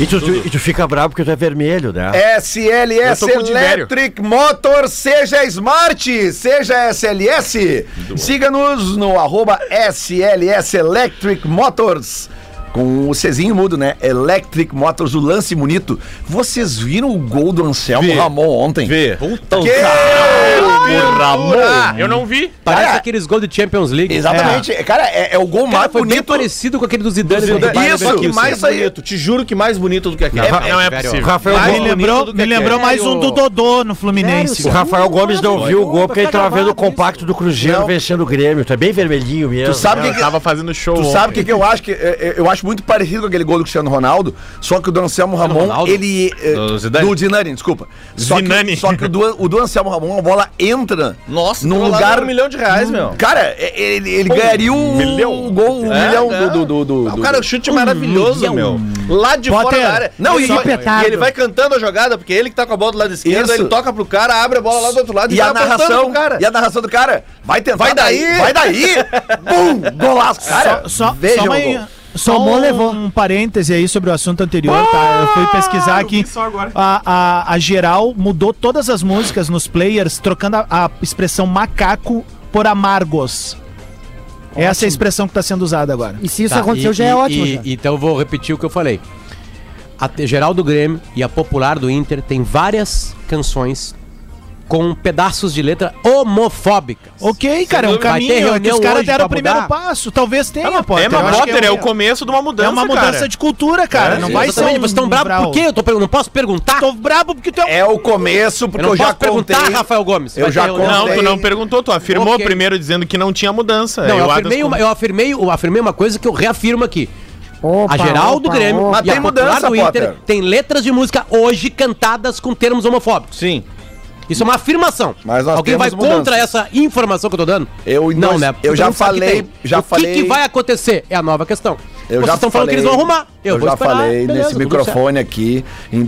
G: E tu, tu- e tu fica bravo porque tu é vermelho, né?
B: SLS
D: Eu tô com o Diverio.
B: Electric Motor, seja Smart, seja SLS. Siga-nos no arroba SLS Electric Motors. Com o Czinho mudo, né? Electric Motors, o lance bonito. Vocês viram o gol do Anselmo Ramon ontem?
H: Vê.
B: Que loucura!
D: Eu não vi. É.
I: Parece
B: Cara,
I: aqueles gols de Champions League.
B: Exatamente. Cara, é, é o gol
I: Cara,
B: mais
I: foi bem
B: bonito.
I: parecido com aquele do Zidane. contra o Bayern
B: Isso, só que
I: Leverkusen.
B: mais aí.
H: bonito. Te juro que mais bonito do que aquele.
D: Não, não é
I: velho.
D: possível.
G: Rafael
H: Vai,
C: Me
G: Gomes-
C: lembrou,
H: bonito
C: me
H: do que
C: lembrou
H: é.
C: mais um do Dodô no Fluminense.
G: O Rafael Gomes não viu o gol porque ele tava vendo o compacto do Cruzeiro
B: Não.
G: vencendo o Grêmio. Tu é bem vermelhinho mesmo.
B: Tu sabe o que,
D: Eu
B: que
D: né? tava fazendo show.
B: Tu
D: ontem.
B: sabe o que, que eu acho que. é, é, Eu acho muito parecido com aquele gol do Cristiano Ronaldo, só que o do Anselmo Ramon,
I: Ronaldo?
B: ele. é,
H: Do Zidane?
B: Do Zinani, desculpa. Só
D: Zinani.
B: que, só que o, do, o do Anselmo Ramon, a bola entra
H: Nossa,
B: num
H: aquilo lá
B: lugar.
H: deu um milhão de reais, meu.
B: Cara, é, ele, ele ganharia o
H: milhão.
B: o gol, um
H: É,
B: milhão
H: né?
B: do. do, do, do
H: O cara, o chute
C: Hum,
H: maravilhoso, meu. Lá de fora
C: Potter,
H: da área.
B: não,
H: ele
B: e-
H: vai-
F: petardo.
H: e ele vai cantando a jogada, porque ele que tá com a bola do lado esquerdo,
B: Isso.
H: ele toca pro cara, abre a bola lá do outro lado
B: e a
H: vai apontando
B: narração,
H: pro cara.
B: e a narração do cara, vai tentar,
H: Vai daí!
B: vai daí, bum, golaço, cara,
C: Só, só,
B: vejam
C: só, uma,
B: É, o gol.
C: só
F: Tomou,
C: um,
F: levou. Ah,
C: parêntese aí sobre o assunto anterior, tá? Eu fui pesquisar aqui. A, a, a geral mudou todas as músicas nos players, trocando a, a expressão macaco por amargos. Essa é a expressão que tá sendo usada agora.
F: E se isso
I: Tá,
F: aconteceu,
I: e-
F: já é
I: e-
F: ótimo.
I: e-
F: já.
I: Então eu vou repetir o que eu falei. A te- geral do Grêmio e a popular do Inter tem várias canções com pedaços de letra homofóbicas.
C: Ok, cara, é um
I: dúvida. Vai ter
C: caminho. É que os
I: reunião
C: caras
I: hoje
C: deram o
I: pra
C: primeiro
I: mudar?
C: passo. Talvez tenha,
D: É,
C: Potter. Eu
D: mas
C: acho que
D: Potter, é o
C: um-
D: começo de uma mudança,
C: é uma mudança
D: cara.
C: de cultura, cara. não vai ser.
I: É? Exatamente, vocês estão bravos por quê? Eu tô per- não posso perguntar?
C: Tô brabo porque tu é um
B: É o começo,
I: Eu
B: porque eu,
I: não posso
B: já contei.
I: perguntar, Rafael Gomes.
B: Eu
I: Vai
B: já
I: ter reunião.
B: contei.
D: Não, tu não perguntou, tu afirmou
I: Ok.
D: primeiro dizendo que não tinha mudança.
I: Não,
D: E
I: eu
D: o Adams
I: afirmei, uma, eu, afirmei, eu afirmei uma coisa que eu reafirmo aqui.
F: Opa,
I: a geral do
F: opa,
I: Grêmio
F: opa.
B: Mas
I: e a
B: tem
I: popular
B: mudança,
I: do Inter
B: Potter.
I: tem letras de música hoje cantadas com termos homofóbicos.
H: Sim.
I: Isso é uma afirmação.
B: Mas nós
I: Alguém vai
B: temos mudanças.
I: contra essa informação que eu tô dando?
B: Eu-
I: não,
B: nós-
I: né?
B: eu já
I: Todo mundo sabe que
B: falei-
I: tem.
B: já
I: o que
B: falei-
I: que vai acontecer é a nova questão.
B: Eu já
I: estão falando
B: falei,
I: que eles vão arrumar.
B: Eu,
I: vou
B: já
I: esperar,
B: falei
I: beleza,
B: nesse
I: tudo
B: microfone aqui, em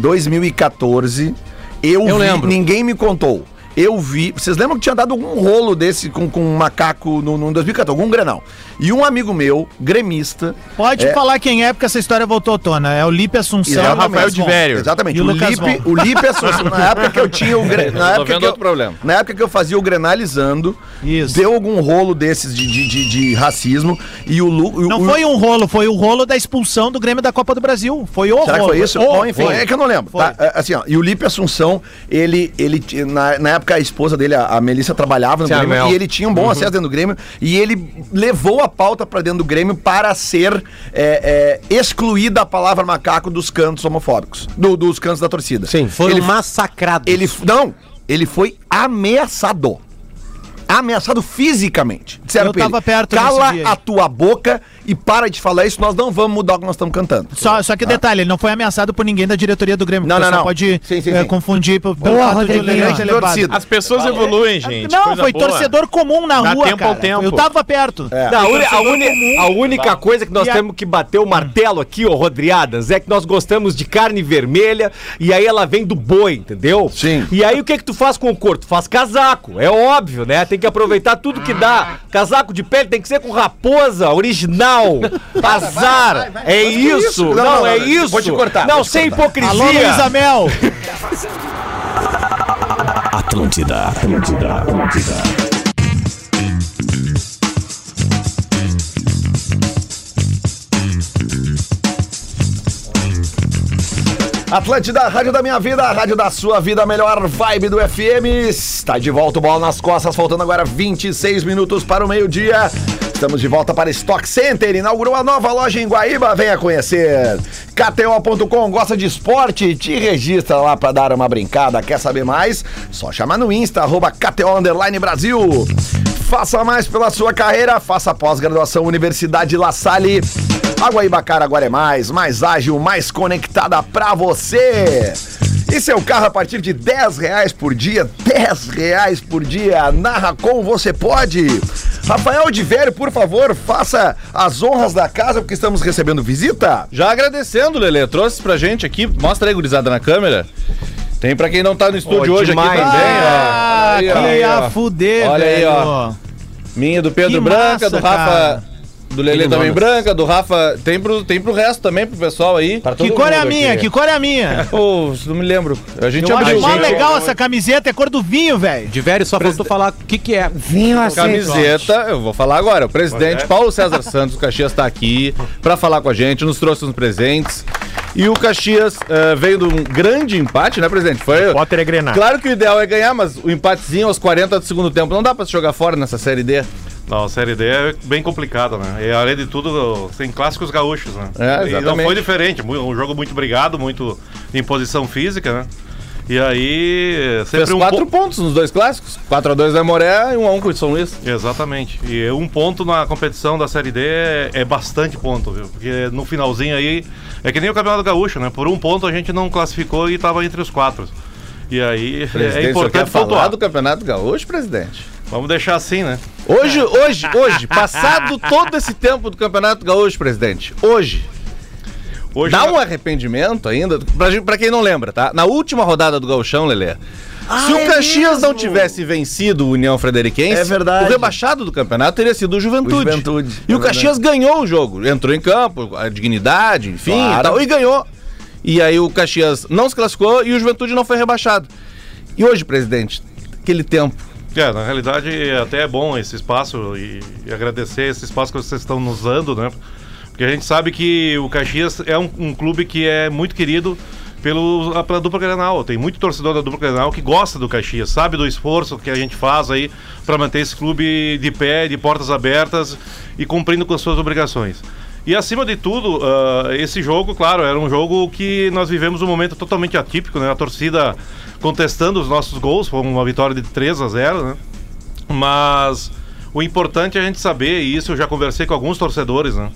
B: 2014, eu,
I: Eu
B: vi,
I: lembro.
B: ninguém me contou. Eu vi, vocês lembram que tinha dado algum rolo desse com, com um macaco no, no 2014, algum granal. E um amigo meu, gremista,
C: Pode
B: É.
C: falar quem é, porque essa história voltou à tona. É o Lipe Assunção.
D: É o Rafael
C: Lucas Von.
D: Diverio.
B: Exatamente.
C: E o
B: o,
C: Lucas
B: Lipe,
C: Von.
B: o Lipe Assunção, na época que eu tinha o Gre- na
H: Tô
B: época
H: vendo
B: que eu,
H: outro problema.
B: Na época que eu fazia o Grenalizando,
C: Isso.
B: deu algum rolo desses de, de, de- de racismo e o Lu,
C: Não
B: o,
C: foi um rolo, foi o rolo da expulsão do Grêmio da Copa do Brasil. Foi o
B: Será que
C: rolo.
B: foi isso?
C: O
B: Bom, enfim,
C: rolo.
B: é que eu não lembro.
C: Foi.
B: tá? É, Assim, ó, e o Lipe Assunção, ele, ele t- na, na época época a esposa dele, a, a Melissa, trabalhava no
D: Tia
B: Grêmio
D: Mel.
B: e ele tinha um
C: Uhum.
B: bom acesso dentro do Grêmio e ele levou a pauta pra dentro do Grêmio para ser é, é, excluída a palavra macaco dos cantos homofóbicos, do- dos cantos da torcida.
I: Sim, foram
B: Ele-
I: massacrados.
B: Ele f- não, ele foi ameaçado. Ameaçado fisicamente. Disseram
C: Eu
B: pra ele,
C: tava perto nesse
B: Cala
C: dia aí."
B: a tua boca e para de falar isso, nós não vamos mudar o que nós estamos cantando.
C: Só, só que detalhe, ele não foi ameaçado por ninguém da diretoria do Grêmio.
B: Ah. Não,
C: porque
B: não,
C: só
B: não.
C: pode
B: Sim, sim,
C: eh,
B: sim.
C: confundir por- pelo fato
F: Boa,
C: de um
F: Rodriguinho.
C: elegante elevado.
B: Torcida.
D: As pessoas evoluem, gente.
C: não,
D: coisa
C: foi
D: boa.
C: torcedor comum na
D: Dá
C: rua,
D: tempo
C: cara.
D: ao tempo.
C: Eu tava perto.
B: É.
G: Não, a, uni- a uni- a única coisa que nós
C: tá? E a-
G: temos que bater o martelo aqui, ô Rodriadas, é que nós gostamos de carne vermelha e aí ela vem do boi, entendeu?
B: Sim.
G: E aí o que que tu faz com o corpo? Tu faz casaco, é óbvio, né? Tem que aproveitar tudo que dá. Casaco de pele tem que ser com raposa, original, azar. É isso.
B: Não,
G: Não,
B: não,
G: é
B: não,
G: isso.
B: vou te cortar,
G: Não,
B: vou te
G: sem
B: cortar.
C: Alô, Luísa
G: hipocrisia.
C: Mel.
A: Atlântida, Atlântida, Atlântida.
B: Atlântida, rádio da minha vida, rádio da sua vida, a melhor vibe do FM. Está de volta o bola nas costas, faltando agora 26 minutos para o meio-dia. Estamos de volta para Stock Center, inaugurou a nova loja em Guaíba, venha conhecer. KTO.com, gosta de esporte? Te registra lá para dar uma brincada. Quer saber mais? Só chamar no Insta, arroba KTO Underline Brasil. Faça mais pela sua carreira, faça pós-graduação Universidade La Salle. A Guaibacara agora é mais, mais ágil, mais conectada pra você. E seu carro a partir de 10 reais por dia, 10 reais por dia. Na Racon você pode. Rafael de Velho, por favor, faça as honras da casa, porque estamos recebendo visita.
H: Já agradecendo, Lelê, trouxe pra gente aqui. Mostra aí, gurizada, na câmera. Tem pra quem não tá no estúdio hoje
G: demais,
H: aqui também,
C: Ah,
H: ó. Aí, ó.
C: que a fuder,
H: Olha aí,
C: velho.
H: ó.
B: Tá
H: Minha do
C: Que
H: Pedro Branca,
C: massa,
H: do Rafa.
C: cara.
H: Do Lelê também branca, do Rafa. Tem pro, tem pro resto também, pro pessoal aí.
C: Que cor é a minha? Que cor é a minha?
H: Ô, não me lembro. A gente
C: Eu acho
H: abriu.
C: mó
H: gente.
C: legal essa camiseta, é cor do vinho, velho.
I: De velho, só faltou falar o que que é.
F: Vinho aceito.
H: Camiseta, eu vou falar agora. O presidente Paulo César Santos Caxias está aqui para falar com a gente, nos trouxe uns presentes. E o Caxias eh, veio de um grande empate, né, presidente? Foi.
D: Potter é grenar.
H: Claro que o ideal é ganhar, mas o empatezinho aos 40 do segundo tempo não dá para se jogar fora nessa série D.
J: Não, a Série D é bem complicada, né? E além de tudo, tem clássicos gaúchos, né?
H: É,
J: e não
H: exatamente.
J: foi diferente. mu- Um jogo muito brigado, muito em posição física, né? E aí, sempre
H: Fez
J: um
H: quatro
J: po-
H: pontos nos dois clássicos: 4x2 na Moré e 1x1 com o São Luís.
J: Exatamente. E um ponto na competição da Série D é, é bastante ponto, viu? Porque no finalzinho aí, é que nem o Campeonato Gaúcho, né? Por um ponto a gente não classificou e estava entre os quatro. E aí,
H: Presidente,
J: é
H: o senhor quer
J: importante
H: falar
J: pontuar.
H: do Campeonato Gaúcho, presidente?
J: Vamos deixar assim, né?
H: Hoje, hoje, hoje, passado todo esse tempo do Campeonato Gaúcho, presidente, hoje,
J: Hoje
H: Dá um arrependimento ainda, pra, gen- pra quem não lembra, tá? Na última rodada do Gauchão, Lelê. se o Caxias não tivesse vencido o União Frederiquense,
B: Ah, É verdade.
H: o rebaixado do campeonato teria sido o Juventude.
B: O Juventude,
H: E
B: é
H: o Caxias ganhou o jogo. Entrou em campo, a dignidade, enfim,
B: Claro.
H: e, tal, e ganhou. E aí o Caxias não se classificou e o Juventude não foi rebaixado. E hoje, presidente, aquele tempo.
J: É, na realidade até é bom esse espaço e, e agradecer esse espaço que vocês estão nos dando, né? Porque a gente sabe que o Caxias é um, um clube que é muito querido pelo, a- pela dupla Grenal. Tem muito torcedor da dupla Grenal que gosta do Caxias, sabe do esforço que a gente faz aí para manter esse clube de pé, de portas abertas e cumprindo com as suas obrigações. E acima de tudo, ah, esse jogo, claro, era um jogo que nós vivemos um momento totalmente atípico, né? A torcida contestando os nossos gols, foi uma vitória de 3 a 0, né? Mas o importante é a gente saber, e isso eu já conversei com alguns torcedores, né?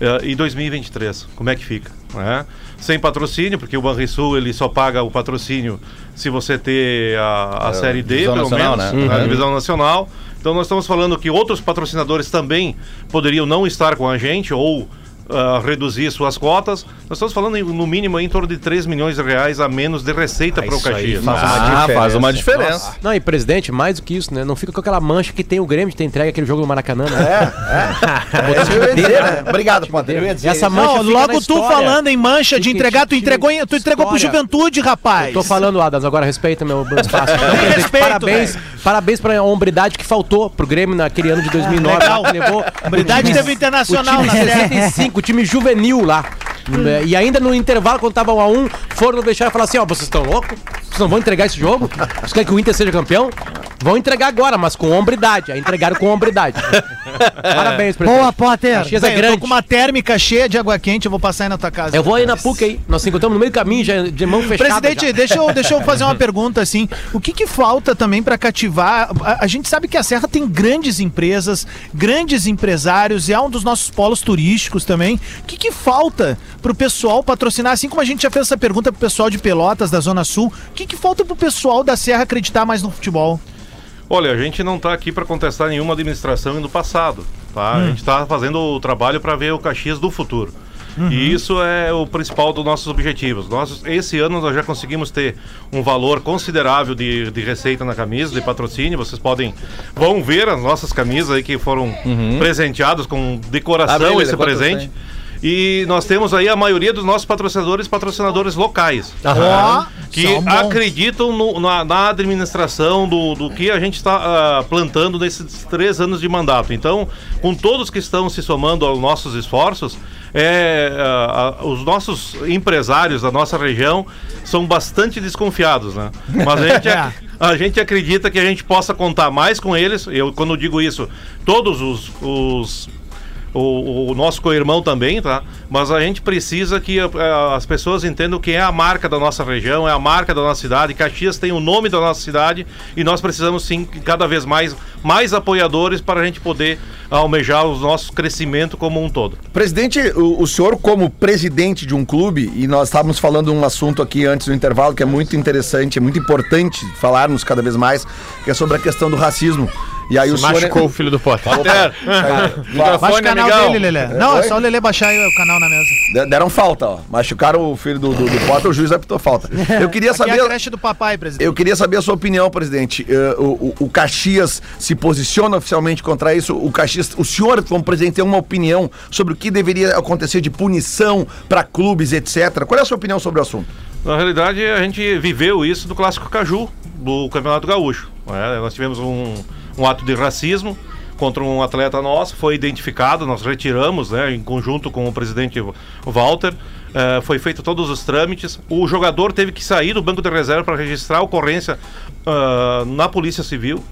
J: Eh, Em 2023, como é que fica? né? Sem patrocínio, porque o Banrisul ele só paga o patrocínio se você ter a, a série D,
H: É, divisão
J: pelo
H: nacional,
J: menos,
H: né?
J: na
H: Uhum.
J: divisão nacional. Então nós estamos falando que outros patrocinadores também poderiam não estar com a gente ou ah, reduzir suas cotas. Nós estamos falando em- no mínimo em torno de 3 milhões de reais a menos de receita para o Caxias.
H: Ah, faz uma diferença.
I: Não, e presidente, mais do que isso, né? Não fica com aquela mancha que tem o Grêmio de ter entregue aquele jogo do Maracanã, né?
B: É, Eu ia dizer, né? Obrigado, Potter.
I: E essa mancha
C: Não,
I: fica
C: logo
I: na
C: tu
I: história.
C: falando em mancha de
I: Fica-
C: entregar, tu
I: fica-
C: entregou, em- tu entregou pro
I: história.
C: Juventude, rapaz.
I: Tô falando, Adams, agora respeita meu meu espaço. Então,
C: Me
I: presidente,
C: respeita,
I: parabéns, parabéns pra hombridade que faltou pro Grêmio naquele ano de 2009.
C: Legal.
I: lá, né? que Levou
C: Hombridade
I: o time-
C: teve internacional
I: o time
C: na série.
I: 65, o time juvenil lá.
C: Hum.
I: E ainda no intervalo, quando tava 1 a 1 foram no vestiário e falaram assim: ó, vocês estão loucos? Vocês não vão entregar esse jogo? Vocês querem que o Inter seja campeão? Vão entregar agora, mas com hombridade. Aí entregaram com hombridade. Parabéns, presidente.
F: Boa, Potter.
I: Caxias
C: Bem,
I: é
C: eu tô
I: grande.
C: com uma térmica cheia de água quente, eu vou passar aí na tua casa.
I: Eu vou aí na PUC aí. Nós nos encontramos no meio do caminho, já, é de mão fechada.
C: Presidente,
I: já.
C: deixa eu, deixa eu fazer uma pergunta assim. O que, que falta também para cativar? A, a gente sabe que a Serra tem grandes empresas, grandes empresários e é um dos nossos polos turísticos também. O que, que falta pro pessoal patrocinar? Assim como a gente já fez essa pergunta pro pessoal de Pelotas, da Zona Sul, o que, que falta pro pessoal da Serra acreditar mais no futebol?
J: Olha, a gente não está aqui para contestar nenhuma administração e no passado, tá? A gente está fazendo o trabalho para ver o Caxias do futuro. E isso é o principal dos nossos objetivos. Nós, esse ano nós já conseguimos ter um valor considerável de, de receita na camisa, de patrocínio. Vocês podem vão ver as nossas camisas aí que foram presenteadas com
H: Abre
J: decoração
H: ele,
J: esse
H: quantas
J: presente. E nós temos aí a maioria dos nossos patrocinadores, patrocinadores locais
C: Ó,
J: que
C: são bons.
J: acreditam no- na, na administração do, do que a gente está ah, plantando nesses três anos de mandato. Então, com todos que estão se somando aos nossos esforços, é, ah, ah, os nossos empresários da nossa região são bastante desconfiados, né? Mas a gente, ac-
C: É.
J: a gente acredita que a gente possa contar mais com eles. Eu, quando digo isso, todos os- os o, o nosso co-irmão também, tá? Mas a gente precisa que eh, as pessoas entendam quem é a marca da nossa região, é a marca da nossa cidade. Caxias tem o nome da nossa cidade e nós precisamos sim cada vez mais mais apoiadores para a gente poder almejar o nosso crescimento como um todo.
B: Presidente, o, o senhor, como presidente de um clube, e nós estávamos falando um assunto aqui antes do intervalo que é muito interessante, é muito importante falarmos cada vez mais, que é sobre a questão do racismo. E aí o senhor.
D: Machucou o filho do Potter.
C: É. Baixa o canal
H: amigão.
C: dele, Lelê. Não, é só o Lelê baixar aí o canal na mesa.
B: De- Deram falta, ó. Machucaram o filho do, do, do Potter, o juiz apitou falta. Eu queria
C: Aqui é a
B: saber.
C: creche do papai, presidente.
B: Eu queria saber a sua opinião, presidente. Eh, o, o- o Caxias se posiciona oficialmente contra isso? O Caxias, o senhor, como presidente, tem uma opinião sobre o que deveria acontecer de punição para clubes, etc. Qual é a sua opinião sobre o assunto?
J: Na realidade, a gente viveu isso do clássico Caju, do Campeonato Gaúcho. né? Nós tivemos um, um ato de racismo contra um atleta nosso, foi identificado, nós retiramos, né, em conjunto com o presidente Walter. eh, foi feito todos os trâmites. O jogador teve que sair do banco de reserva para registrar a ocorrência ah, na Polícia Civil.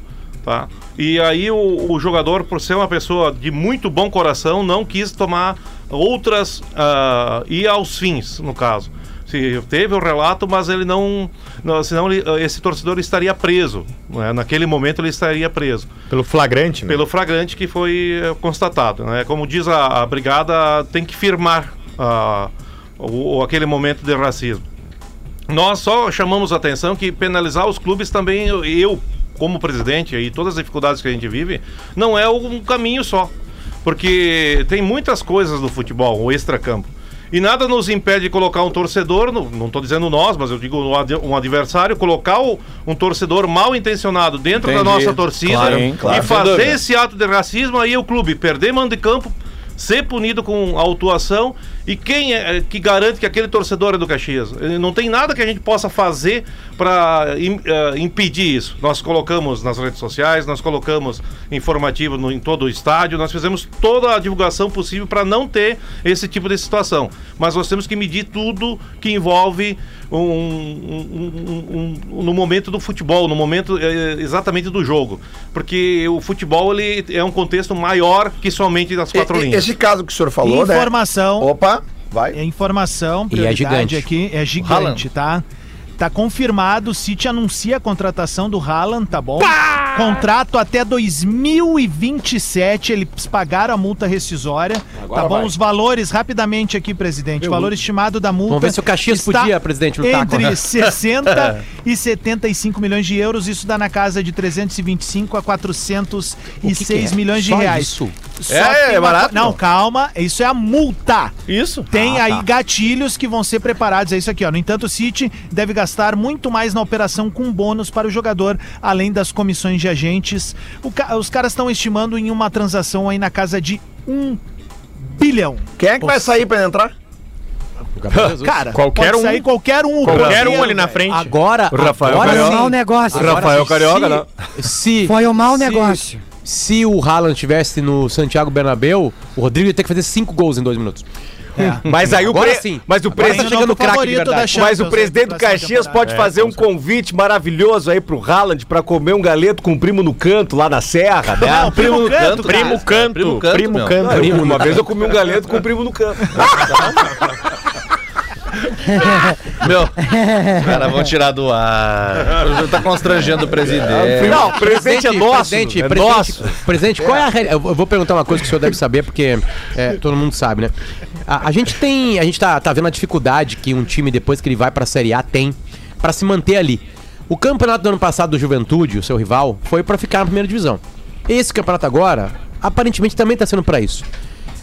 J: Tá? E aí o, o jogador, por ser uma pessoa de muito bom coração, não quis tomar outras ah, e aos fins, no caso. Se teve o relato, mas ele não, não- senão ele- eh, esse torcedor estaria preso. né? Naquele momento ele estaria preso
D: Pelo flagrante, né?
J: pelo flagrante que foi eh, constatado. Né? Como diz a, a brigada, tem que firmar ah, o, o- aquele momento de racismo. Nós só chamamos a atenção que penalizar os clubes também, eu- eu, como presidente, e todas as dificuldades que a gente vive, não é um caminho só. Porque tem muitas coisas no futebol, o extracampo. E nada nos impede de colocar um torcedor, no- não estou dizendo nós, mas eu digo um ad- um adversário, colocar o- um torcedor mal intencionado dentro da
H: Entendi.
J: nossa torcida
H: Claro,
J: e
H: claro. Sem
J: fazer
H: dúvida.
J: esse ato de racismo, aí o clube perder mando de campo, ser punido com autuação. E quem é que garante que aquele torcedor é do Caxias? Eh, Não tem nada que a gente possa fazer para impedir isso. Nós colocamos nas redes sociais, nós colocamos informativo no- em todo o estádio, nós fizemos toda a divulgação possível para não ter esse tipo de situação. Mas nós temos que medir tudo que envolve um, um- um- um- no momento do futebol, no momento eh, exatamente do jogo. Porque o futebol ele é um contexto maior que somente das quatro
B: E- e-
J: linhas.
B: Esse caso que o senhor falou, né?
C: Informação.
B: Opa, vai.
C: É informação,
I: E é
C: prioridade
I: gigante.
C: aqui, é gigante, tá? Tá confirmado, o City anuncia a contratação do Haaland, tá bom? Contrato até 2027, eles pagaram a multa rescisória, tá bom? Os valores, rapidamente aqui, presidente, o valor estimado da multa...
I: Vamos ver se o Caxias
C: está
I: podia, presidente, lutar
C: entre
I: contra-
C: 60 e 75 milhões de euros, isso dá na casa de 325 a
I: O que que
C: 406
I: é?
C: milhões de
I: Só
C: reais.
I: isso?
C: Só
H: É,
C: tem
H: é
C: uma co-
H: barato,
C: Não,
H: não.
C: calma, isso é a multa.
H: Isso.
C: Tem aí gatilhos que vão ser preparados, é isso aqui, ó. No entanto, o City deve gastar muito mais na operação com bônus para o jogador, além das comissões de agentes. O ca- Os caras estão estimando em uma transação aí na casa de um bilhão.
B: Quem é que vai sair para entrar?
C: Cara,
D: Qualquer
C: pode
D: um.
C: sair qualquer um. o
D: Qualquer
C: brasileiro,
D: um ali na
C: velho.
D: frente.
I: Agora,
H: Rafael
I: agora
F: Foi um
H: Carioca.
F: mau negócio.
H: Rafa- Rafael Carioca,
I: se,
H: não.
I: Se,
F: Foi um mau
I: se-
F: negócio.
I: Se o Haaland estivesse no Santiago Bernabéu, o Rodrigo ia ter que fazer cinco gols em dois minutos.
F: É.
G: Mas aí o
I: Agora
G: pre-
I: sim.
G: Mas o
C: Agora
G: preço
C: tá chegando o
I: é
C: favorito da
G: Mas
C: Champions
G: o presidente
C: aí
G: do
C: pra essa
G: Caxias
C: temporada.
J: É,
G: pode fazer um convite maravilhoso aí pro Haaland pra comer um galeto com o primo no canto lá na serra, né?
C: Não, primo no canto, cara.
D: Primo canto, primo canto.
H: meu.
G: Ah, eu- uma vez eu comi um galeto com o primo no canto.
H: Meu, os caras vão tirar do ar. O Ju Tá constrangendo o
D: Ah,
H: presidente.
G: Não, o presente é nosso.
I: Presidente,
G: é
I: presidente,
G: nosso.
I: presidente, qual é a realidade? Eu vou eu vou perguntar uma coisa que o senhor deve saber, porque é, todo mundo sabe, né? A, a gente tem. A gente tá, tá vendo a dificuldade que um time, depois que ele vai pra Série A, tem pra se manter ali. O campeonato do ano passado do Juventude, o seu rival, foi pra ficar na primeira divisão. Esse campeonato agora, aparentemente, também tá sendo pra isso.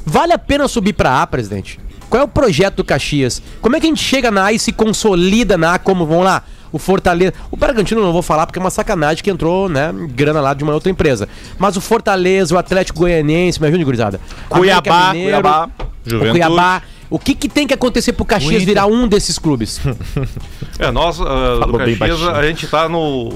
I: Vale a pena subir pra A, presidente? Qual é o projeto do Caxias? Como é que a gente chega na A e se consolida na A como, vão lá, o Fortaleza... O Bragantino eu não vou falar porque é uma sacanagem que entrou, né, grana lá de uma outra empresa. Mas o Fortaleza, o Atlético Goianiense, me ajude, gurizada.
D: Cuiabá,
I: América Mineiro,
D: Cuiabá,
I: o
D: Juventude.
I: Cuiabá. O que, que tem que acontecer pro Caxias virar um desses clubes?
J: É, nós, ah, do
D: Falou bem
J: Caxias,
D: baixinho.
J: a gente tá no.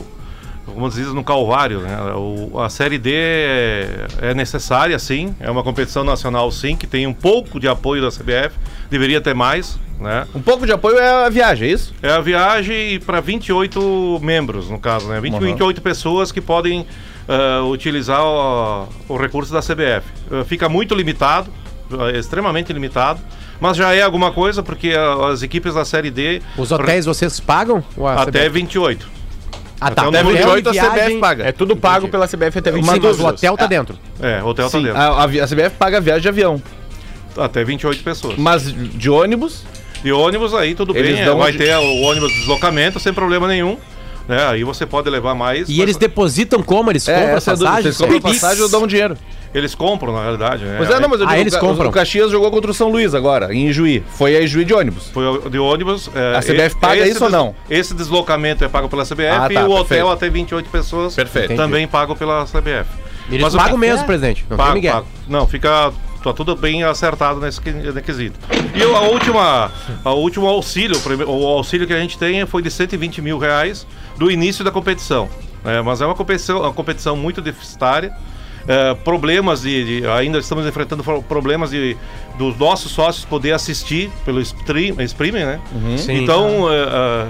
J: Como se diz, no Calvário, né? O- a Série D é, é necessária, sim. É uma competição nacional, sim, que tem um pouco de apoio da CBF. Deveria ter mais, né?
H: Um pouco de apoio é a viagem, é isso?
J: É a viagem para 28 membros, no caso, né? 20,
H: Uhum.
J: 28 pessoas que podem ah, utilizar o, o recurso da CBF. Ah, fica muito limitado, ah, extremamente limitado, mas já é alguma coisa, porque ah, as equipes da Série D
I: Os hotéis vocês pagam? Ou a
J: até
I: CBF?
J: 28.
I: ah, tá.
J: até
I: Hotel e
H: 28 um a
I: viagem-
H: CBF paga.
D: É tudo pago pela CBF até
I: Sim,
D: 25
I: mas o hotel tá dentro.
J: É, hotel
H: Sim, Ah,
J: tá
H: a, a vi- a CBF paga a viagem de avião.
J: dentro. Até 28 pessoas.
H: Mas de ônibus,
J: E ônibus aí, tudo
H: Eles
J: bem. é,
H: dão
J: vai
H: de-
J: ter o ônibus de deslocamento sem problema nenhum. Né? Aí você pode levar mais.
D: É.
I: E
J: mas-
I: eles depositam como? Eles
H: é,
I: compram
H: essa é a dúvida.
I: passagens?
H: Vocês compram
I: É Pix?
H: passagem ou dão dinheiro.
J: eles compram, na realidade. Né?
H: Pois é, não, mas eu
I: Ah,
H: digo,
I: eles
H: o Ca-
I: compram.
H: O Caxias jogou contra o São Luís agora, em Juí. Foi a Juí de ônibus.
J: Foi de ônibus. é,
H: A CBF
J: e-
H: paga
J: esse
H: isso ou não?
J: Esse deslocamento é pago pela CBF
H: Ah, tá,
J: e o hotel
H: perfeito.
J: até 28 pessoas
H: Perfeito.
J: também pago pela CBF.
I: Eles
J: Mas o- é?
I: pagam mesmo, presidente. Não tem
J: Pago,
I: Miguel.
J: pago. Não, fica. Tá tudo bem acertado nesse que- nesse quesito. E o- a última, a último auxílio, o prime- o auxílio que a gente tem foi de 120 mil reais do início da competição. né? mas é uma competição, uma competição muito deficitária. É, problemas de, de- Ainda estamos enfrentando pro- problemas de, dos nossos sócios poder assistir pelo stream, streaming, né?
I: Uhum. Sim.
J: então, é, é,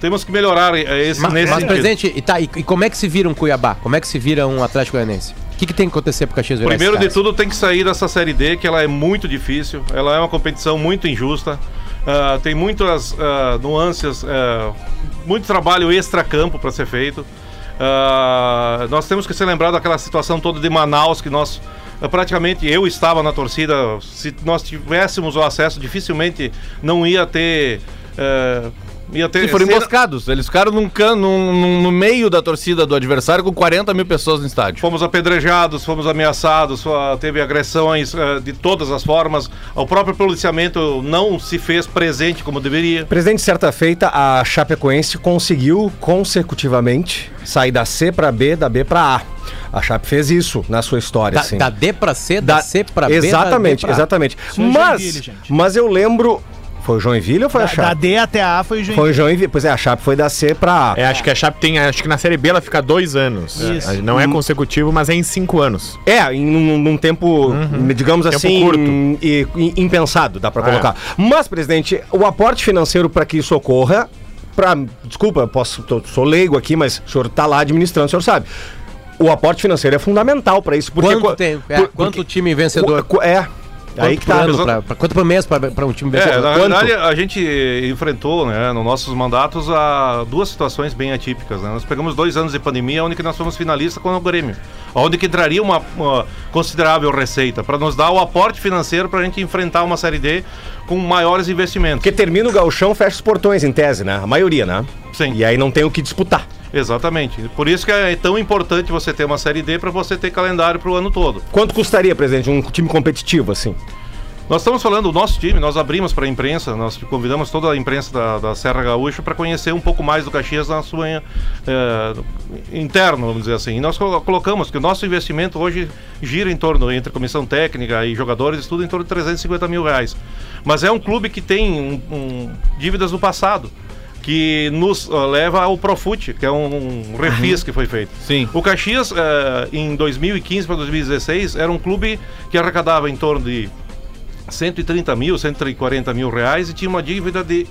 J: temos que melhorar é, esse,
I: Mas,
J: nesse
I: mas
J: sentido.
I: presidente, e, tá, e, e como é que se vira um Cuiabá? Como é que se vira um Atlético Goianense? O que, que tem que acontecer pro Caxias virar
J: Primeiro
I: esses caras?
J: de tudo, tem que sair dessa Série D, que ela é muito difícil, ela é uma competição muito injusta, ah, tem muitas ah, nuances, ah, muito trabalho extra-campo para ser feito. Ah, nós temos que se lembrar daquela situação toda de Manaus, que nós ah, praticamente, eu estava na torcida, se nós tivéssemos o acesso, dificilmente não ia ter... ah, ia ter
H: E foram
J: ser-
H: emboscados. Eles ficaram num can, num- num- no meio da torcida do adversário com 40 mil pessoas no estádio.
J: Fomos apedrejados, fomos ameaçados, ah, teve agressões ah, de todas as formas. O próprio policiamento não se fez presente como deveria.
G: Presidente, certa feita, a Chapecoense conseguiu consecutivamente sair da C para B, da B para A. A Chape fez isso na sua história,
I: Da,
G: assim.
I: da D pra C, da, C pra B. da D
G: Exatamente,
I: pra A.
G: exatamente.
C: é
G: mas,
C: Joinville, gente.
G: mas eu lembro. Foi o Joinville ou foi a
C: Da, da
G: Chape?
C: D até A foi o Juventude.
G: Foi o Joinville. Pois é, a Chape foi da C para A.
D: É, acho que a Chape tem. Acho que na Série B ela fica dois anos.
C: Isso.
D: Não é consecutivo, mas é em cinco anos.
G: É, em um, num tempo, digamos
D: Uhum. Tempo
G: assim,
D: curto.
G: e- e- impensado, dá para
D: É.
G: colocar. Mas, presidente, o aporte financeiro para que isso ocorra, pra, desculpa, posso, tô- sou leigo aqui, mas o senhor tá lá administrando, o senhor sabe. O aporte financeiro é fundamental para isso. Porque,
I: Quanto
G: co-
I: tempo? É,
G: por-
I: quanto
G: porque-
I: time vencedor?
G: co- co- é, aí que
I: por
G: tá.
I: ano pra, pra- quanto por mês pra, pra um time
J: É,
I: vencedor?
J: na
I: Quanto?
J: verdade, a gente enfrentou, né, nos nossos mandatos, a duas situações bem atípicas. Né? Nós pegamos dois anos de pandemia, onde que nós fomos finalistas com o Grêmio, onde que traria uma, uma considerável receita para nos dar o aporte financeiro para a gente enfrentar uma Série D com maiores investimentos.
G: Porque termina o gauchão, fecha os portões, em tese, né? A maioria, né?
J: Sim.
G: E aí não tem o que disputar.
J: Exatamente. Por isso que é tão importante você ter uma Série D para você ter calendário para o ano todo.
G: Quanto custaria, presidente, um time competitivo, assim?
J: Nós estamos falando do nosso time, nós abrimos para a imprensa, nós convidamos toda a imprensa da, da Serra Gaúcha para conhecer um pouco mais do Caxias na sua eh, interno, vamos dizer assim. E nós colo- colocamos que o nosso investimento hoje gira em torno, entre comissão técnica e jogadores, tudo em torno de 350 mil reais. Mas é um clube que tem um- um- dívidas do passado que nos ó, leva ao Profute, que é um, um refis que foi feito.
H: Sim.
J: O Caxias, eh, em 2015 para 2016, era um clube que arrecadava em torno de 130 mil, 140 mil reais e tinha uma dívida de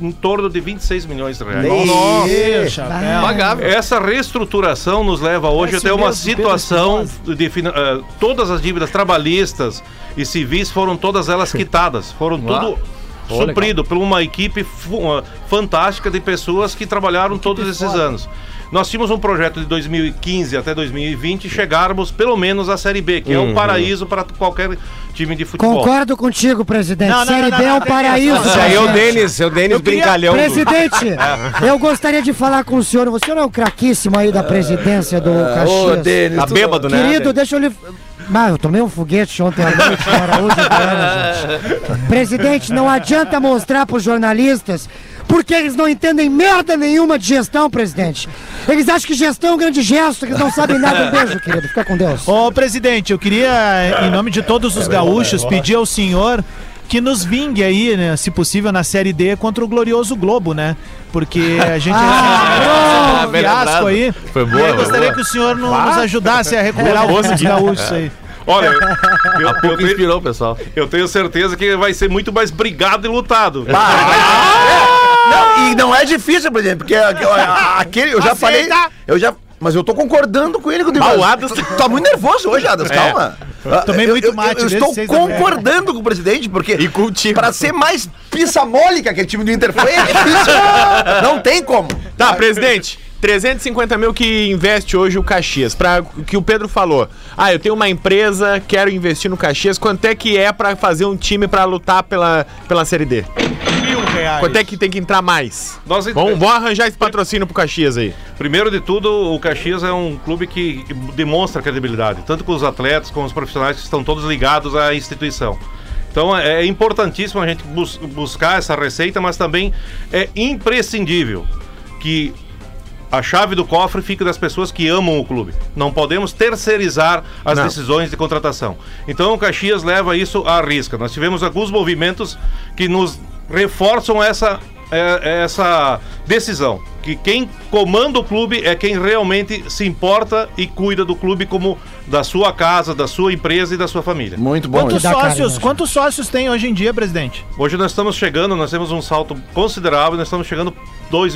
J: em torno de 26 milhões de reais.
H: Pagável.
J: Essa reestruturação nos leva hoje
C: Parece
J: até uma
C: mesmo, Pedro
J: situação de fina- eh, todas as dívidas trabalhistas e civis foram todas elas quitadas, foram tudo suprido por uma equipe fu- ah, fantástica de pessoas que trabalharam todos esses anos. Nós tínhamos um projeto de 2015 até 2020 chegarmos pelo menos à Série B, que é um paraíso para qualquer time de futebol.
F: Concordo contigo, presidente.
C: Não, não,
F: Série
C: não,
F: B é
C: não,
F: um
C: não,
F: paraíso.
C: não, não,
G: Isso aí é o
F: presidente.
G: Denis, é o Denis brincalhão. do-
F: Presidente,
G: É.
F: eu gostaria de falar com o senhor. O senhor é o craquíssimo aí da presidência do Caxias.
G: Tá bêbado, né?
F: Querido, deixa eu lhe. Mas eu tomei um foguete ontem à noite, cara, hoje em Goiânia, gente. Presidente, não adianta mostrar pros jornalistas, porque eles não entendem merda nenhuma de gestão, presidente. Eles acham que gestão é um grande gesto, eles não sabem nada. Um beijo, querido. Fica com Deus.
C: Ô, presidente, eu queria, em nome de todos os gaúchos, pedir ao senhor que nos vingue aí, né, se possível, na Série D contra o glorioso Globo, né? Porque a gente
F: Ah,
C: recebeu um fiasco aí.
H: Foi boa,
C: E aí
H: foi
C: gostaria
H: boa.
C: que o senhor no- nos ajudasse a recuperar o os gaúchos aí.
J: Olha, eu, eu- eu tenho-
H: Inspirou, pessoal.
J: eu tenho certeza que vai ser muito mais brigado e lutado.
C: Ah!
B: Não, e não Ah, é difícil, por exemplo, porque a- a- a- aquele. Eu já falei. Eu já. Mas eu tô concordando com ele. Ah, o Adas tá muito nervoso hoje, Adas, calma. Ah,
C: Tomei
B: eu,
C: muito
B: eu- eu
C: mate desde
B: estou
C: seis da manhã.
B: concordando com o presidente, porque.
H: E contigo.
B: Pra ser mais pizza mole que aquele time do Inter foi, é difícil. não tem como.
D: Tá, presidente. 350 mil que investe hoje o Caxias, para o que o Pedro falou. Ah, eu tenho uma empresa, quero investir no Caxias. Quanto é que é pra fazer um time pra lutar pela, pela Série D? Quanto é que tem que entrar mais?
J: Nós ent-
D: Vamos, vamos arranjar esse patrocínio pro Caxias aí.
J: Primeiro de tudo, o Caxias é um clube que demonstra credibilidade, tanto com os atletas como os profissionais que estão todos ligados à instituição. Então é é importantíssimo a gente bus- buscar essa receita, mas também é imprescindível que a chave do cofre fique das pessoas que amam o clube. Não podemos terceirizar as
D: Não.
J: decisões de contratação. Então o Caxias leva isso à risca. Nós tivemos alguns movimentos que nos reforçam essa, é, essa decisão. Que quem comanda o clube é quem realmente se importa e cuida do clube como da sua casa, da sua empresa e da sua família.
B: Muito bom.
C: Quantos
F: dá cara,
C: sócios,
F: né?
C: quantos sócios tem hoje em dia, presidente?
J: Hoje nós estamos chegando, nós temos um salto considerável, nós estamos chegando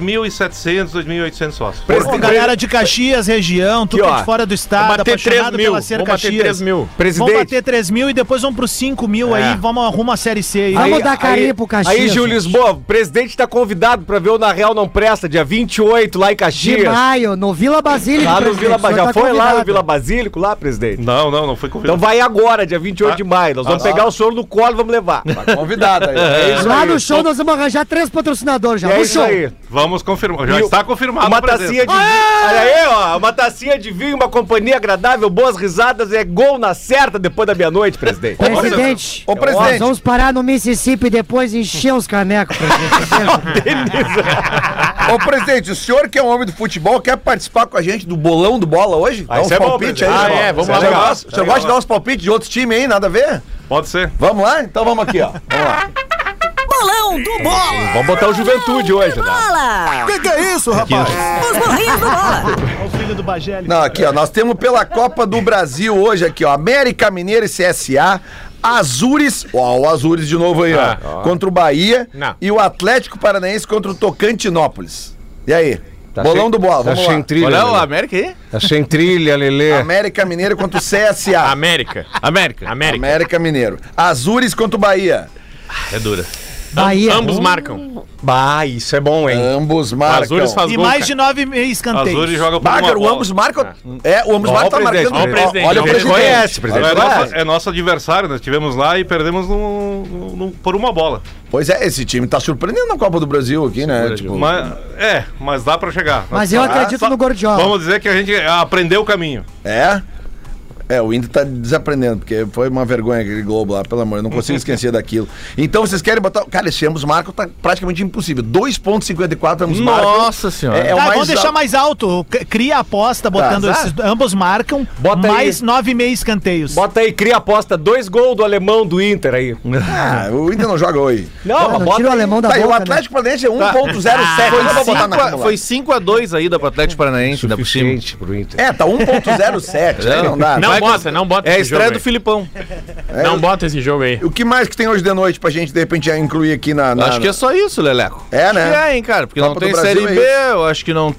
J: 2.700, 2.800 sócios.
C: Pô, galera de Caxias, região, tudo
G: Aqui,
C: que é
G: ó,
C: de fora do estado,
D: Vamos bater 3
C: apaixonado
D: mil.
C: pela
D: Vamos
C: ser
D: bater
C: Caxias.
D: 3 mil.
C: Vamos
G: Presidente.
C: bater 3 mil e depois vamos pro 5 mil
D: É.
C: aí, vamos arrumar a Série C aí.
F: Vamos dar carinho
G: aí-
F: pro Caxias.
G: Aí, Gil
F: gente.
G: Lisboa, o presidente tá convidado pra ver o Na Real Não Presta, dia 28, lá em
F: De
G: Caxias.
F: maio, no Vila Basílico.
G: Lá no
F: presidente.
G: Vila
F: O senhor
G: Basílico. Já
F: tá
G: foi lá no
F: convidado.
G: Vila Basílico, lá, presidente?
J: Não, não, não foi
G: Então
J: convidado.
G: vai agora, dia 28 de maio. Nós vamos pegar o senhor no colo e vamos levar. É
B: Convidado aí. É isso.
F: Lá no show nós vamos arranjar três patrocinadores já.
G: é
F: no
G: isso
F: show.
G: aí.
J: Vamos confirmar. Já
G: E o-
J: está confirmado
G: Uma
J: a presença.
G: tacinha de vinho. Olha aí, ó. Uma tacinha de vinho, uma companhia agradável, boas risadas, é gol na certa depois da meia-noite, presidente.
F: Presidente. Então,
B: Ô,
F: Nós
B: presidente.
F: vamos parar no Mississippi e depois encher os canecos, presidente.
B: Ô, presidente, o senhor que é um homem do futebol quer participar com a gente do bolão do bola hoje? Dá uns
D: isso é bom,
B: palpites aí,
D: presidente. Ah,
B: senhor.
D: é, vamos
B: O
D: lá,
B: senhor
D: legal.
B: gosta- O senhor gosta de dar uns palpites de outros times aí, nada a ver?
J: Pode ser.
B: Vamos lá? Então vamos aqui, ó. Vamos lá.
K: Bolão do Bola!
G: Vamos botar o Juventude hoje, né?
K: Bola!
C: que, que é isso, rapaz?
K: Os burrinhos do Bola!
C: Olha o filho do Bagelli.
B: Não, aqui, ó. Nós temos pela Copa do Brasil hoje aqui, ó. América Mineiro e CSA. Azures, ó, o Azures de novo aí, ó.
D: Ah,
B: contra o Bahia.
D: Não.
B: E o Atlético Paranaense contra o Tocantinópolis. E aí?
C: Tá
B: Bolão do bola, vamos lá.
H: Olha o América aí.
G: Achei trilha, Lelê.
B: América Mineiro contra o CSA.
D: América. América. América.
B: América Mineiro. Azures contra o Bahia.
D: É dura.
F: Bahia.
D: Ambos marcam.
G: Bah, isso é bom, hein?
B: Ambos marcam.
D: Azures faz
C: E
D: gol.
C: mais
D: cara.
C: de 9 escanteios.
J: Azul joga por
B: Bagger,
J: uma
B: o
J: bola.
B: ambos marcam. É, o ambos
G: Ó,
B: marcam tá
G: o
B: marcando.
G: presidente, ó, o
D: presidente,
B: Olha o
D: ó,
B: presidente.
G: conhece, presidente.
J: Agora É
G: Vai.
J: nosso, é nosso adversário, nós tivemos lá e perdemos num- num- num- por uma bola.
B: Pois é, esse time tá surpreendendo na Copa do Brasil aqui, né?
G: Uhum.
B: Tipo,
J: Mas, é, mas dá pra chegar.
F: Mas eu acredito
J: só-
F: no Gordiola.
J: Vamos dizer que a gente aprendeu o caminho.
B: É? É, o Inter tá desaprendendo, porque foi uma vergonha aquele Globo lá, pelo amor, eu não consigo esquecer daquilo. Então vocês querem botar. Cara, esse ambos marcam tá praticamente impossível. 2,54 ambos marcam.
H: Nossa senhora.
B: É o
C: Tá,
B: mais
C: vamos deixar
B: alto. Tá,
C: mais alto. C- Cria a aposta, botando
B: azar.
C: esses. Ambos marcam.
G: Bota aí.
C: mais 9,5 escanteios.
G: Bota aí, cria a aposta, dois gols do alemão do Inter aí.
B: Ah, o Inter não joga hoje.
G: Não,
F: Não, tira o alemão da
B: Tá, e
F: boca,
B: o
F: né?
B: Atlético Paranaense é
D: Ah,
B: 1,07. Não vou botar na
H: Cinco a-
B: acumulada.
H: Foi 5x2 aí da pro Atlético Paranaense, ainda por cima.
B: um
G: pro Inter.
B: É, tá 1,07. aí Não dá.
D: Não, bota, não bota
H: É a
D: esse jogo
H: estreia do
D: aí.
H: Filipão.
D: Não bota esse jogo aí.
B: O que mais que tem hoje de noite pra gente, de repente, já incluir aqui na. na-
H: Acho que é só isso, Leleco.
B: É, né?
H: Acho que é, hein, cara? Porque
B: Copa
H: não
B: do
H: tem
B: Brasil
H: Série
B: é
H: B, eu acho que não tem...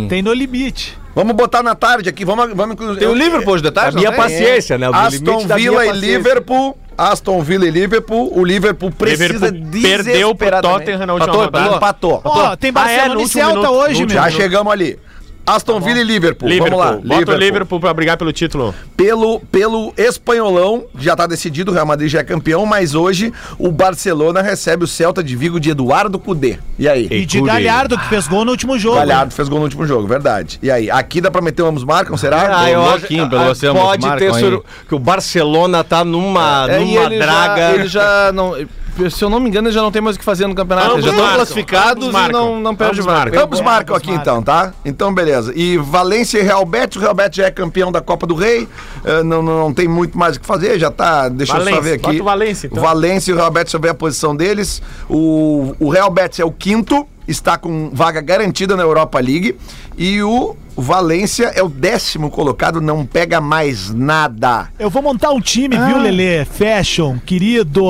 H: Tem,
C: Tem no limite.
B: Vamos botar na tarde aqui, vamos, vamos incluir. É.
H: o Liverpool hoje de tarde, não
G: minha
H: tem?
G: paciência, né? O
B: Aston
G: limite da minha
B: Villa e
G: paciência.
B: Liverpool. Aston Villa e Liverpool. O Liverpool precisa
D: Liverpool perdeu pro
B: desesperadamente-
D: Tottenham na última
B: Empatou,
D: rodada.
B: Empatou.
C: Ó, tem
D: Ah, é,
C: Barcelona
D: no
C: e
D: último
C: Celta
D: minuto,
C: hoje,
D: no
C: meu.
B: Já chegamos ali. Aston Villa e Liverpool.
D: Liverpool.
B: Vamos lá.
D: Bota o Liverpool pra brigar pelo título.
B: Pelo, pelo espanholão, já tá decidido, o Real Madrid já é campeão, mas hoje o Barcelona recebe o Celta de Vigo de Eduardo Cudê. E aí?
C: E de Galhardo, que fez gol no último jogo.
B: Galhardo fez gol no último jogo, verdade. E aí? Aqui dá pra meter o ambos marcam, será?
G: Ah, eu acho
H: Louquinho,
G: ah,
H: pelo oceano,
G: pode ter
H: marcam aí.
G: sur... que o Barcelona tá numa,
H: É, e
G: numa
H: ele
G: draga.
H: Já, ele já não... Se eu não me engano, ele já não tem mais o que fazer no campeonato.
D: Ambos
H: Eles já estão
D: marcam,
H: classificados
D: ambos
H: e
D: marcam,
H: não, não perde
D: ambos
H: marca.
D: marcam.
B: Ambos marcam aqui então, tá? Então, beleza. E Valência e Real Betis, o Real Betis já é campeão da Copa do Rei, eh, não, não, não tem muito mais o que fazer, já tá, deixa eu só
D: Valência,
B: ver aqui.
D: bota o Valência, então.
B: Valência e o Real Betis, deixa eu ver a posição deles. O, o Real Betis é o quinto, está com vaga garantida na Europa League, e o Valência é o décimo colocado, não pega mais nada.
C: Eu vou montar um time,
B: Ah.
C: viu, Lelê? Fashion, querido.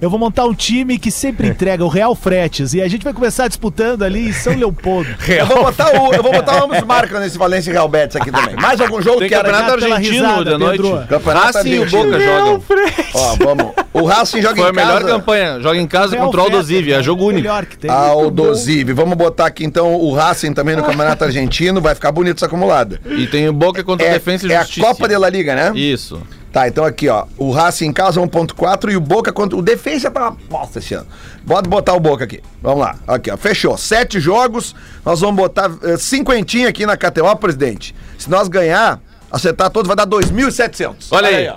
C: Eu vou montar um time que sempre
B: É.
C: entrega o Real Fretes. E a gente vai começar disputando ali em São Leopoldo.
B: Eu vou botar o, eu vou botar o ambos marcam nesse Valência e Real Betis aqui também. Mais algum jogo
H: Tem
B: que era
H: campeonato
C: pela
H: argentino
C: risada,
H: da noite.
C: Pedro.
B: Campeonato
H: Racing e o
B: argentino.
H: Boca jogam.
B: Ó, vamos. O Racing joga
H: Foi a
B: em casa.
H: melhor campanha. Joga em casa
C: Real
H: contra o
C: Fretes,
H: Aldosivi. É jogo único.
C: Melhor que tem.
B: Aldosive. Vamos botar aqui então o Racing também no Campeonato Argentino. Vai ficar bonito essa acumulada.
H: E tem o Boca contra
B: É,
H: a Defensa e
B: é a
H: Justiça.
B: Copa de La Liga, né?
H: Isso.
B: Tá, então aqui, ó. O Racing em casa 1.4 e o Boca contra. O Defensa tá uma bosta esse ano. Bota botar o Boca aqui. Vamos lá. Aqui, ó. Fechou. Sete jogos. Nós vamos botar eh, cinquentinha aqui na KTO, presidente. Se nós ganhar, acertar todos, vai dar 2.700.
H: Olha aí.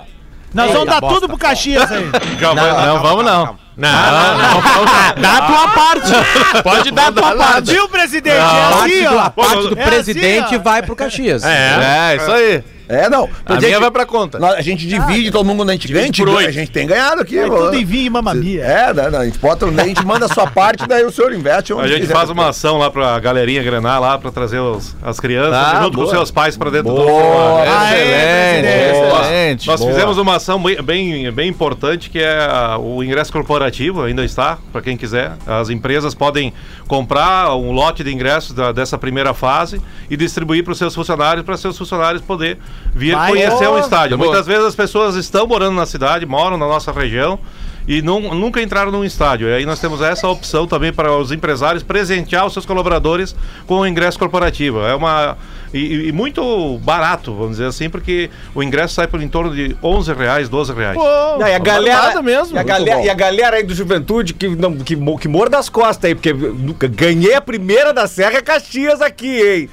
C: Nós vamos dar tudo pro Caxias aí.
D: Não,
H: Não, vamos Ah, não.
D: não, não. Dá a
J: ah,
D: tua parte. Pode dar a tua parte.
C: Viu, presidente?
I: parte
C: é assim,
I: do,
C: ó.
I: a parte do
C: É assim,
I: presidente
C: ó.
I: vai pro Caxias.
H: É, isso aí.
B: É, não.
H: A minha vai pra conta.
B: Nós- a gente divide todo mundo quando a gente ganha, a gente,
D: por
B: ganha,
D: oito.
B: a gente tem ganhado aqui.
C: É
B: ó.
C: tudo em vinho e mamamia.
B: É, né, né, a gente bota, a gente manda a sua parte, daí o senhor investe. onde
J: A gente
B: quiser.
J: faz uma ação lá pra galerinha grenar lá, pra trazer os- as crianças
H: Ah,
J: junto
H: boa.
J: com seus pais pra dentro do
H: Boa,
C: Aê,
H: excelente,
C: presidente.
H: excelente.
J: Nós
H: Boa.
J: fizemos uma ação bem, bem, bem importante que é a- o ingresso corporativo, ainda está, para quem quiser. As empresas podem comprar um lote de ingressos da- dessa primeira fase e distribuir para os seus funcionários, para seus funcionários poder vir
C: Vai,
J: conhecer
C: ó.
J: o estádio.
H: Boa.
J: Muitas vezes as pessoas estão morando na cidade, moram na nossa região. E nun- nunca entraram num estádio. E aí nós temos essa opção também para os empresários presentear os seus colaboradores com o ingresso corporativo. É uma. E, e- e muito barato, vamos dizer assim, porque o ingresso sai por em torno de 11 reais, 12 reais.
G: Não, e a galera,
H: Barbada tá mesmo.
G: E a,
H: Muito
G: galera,
H: bom.
G: e a galera aí do Juventude que, não, que, mo- que mora das costas aí, porque nunca- ganhei a primeira da Serra é Caxias aqui, hein?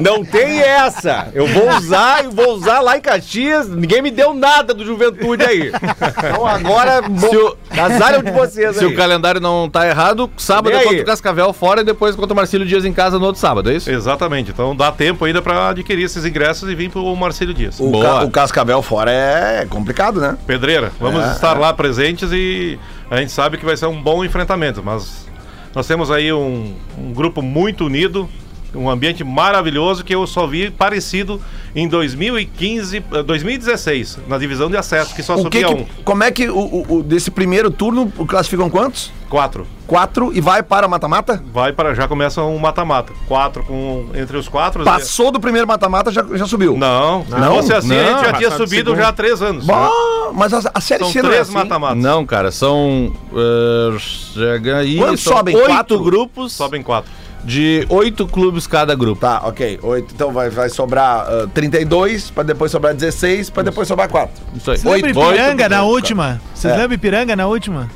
G: não tem essa. Eu vou usar, eu vou usar lá em Caxias. Ninguém me deu nada do Juventude aí. Então agora,
H: Se o-
G: casaram de vocês
H: Se
G: aí.
H: o calendário não tá errado, sábado
G: E
H: é
G: aí?
H: contra o Cascavel fora e depois contra o Marcílio Dias em casa no outro sábado, é isso?
J: Exatamente. Então dá tempo ainda para adquirir esses ingressos e vir pro Marcelo Dias.
B: O,
H: Boa.
B: ca- o Cascavel fora é complicado, né?
J: Pedreira, vamos estar lá presentes e a gente sabe que vai ser um bom enfrentamento, mas nós temos aí um, um grupo muito unido, um ambiente maravilhoso que eu só vi parecido em 2015, eh, 2016, na divisão de acesso, que só
B: O que
J: subia
B: que-
J: um.
B: como é que o, o- o- desse primeiro turno o classificam quantos?
J: Quatro.
B: Quatro e vai para mata-mata?
J: Vai para já começa um mata-mata. Quatro com entre os quatro. os-
B: Passou do primeiro mata-mata, já, já subiu.
J: Não, se
B: Não?
J: fosse assim, a
H: Não,
J: gente já tinha
D: passado
J: subido
D: segundo.
J: já há três anos.
B: Bom, mas a, a série
J: São
B: C não é
J: três
B: assim.
J: mata-matas.
H: Não, cara, são. eh, chega aí.
B: Quantos
H: são
B: sobem?
H: Oito
B: Quatro?
H: grupos
J: Sobem quatro.
H: de oito clubes cada grupo.
B: Tá, ok. Oito, então vai, vai sobrar ah, 32, para depois sobrar 16, para depois sobrar 4.
H: Isso aí.
C: Vocês lembram
H: Oito-
C: Ipiranga
H: oito-
C: na última? Vocês
B: É.
C: lembram Ipiranga na última?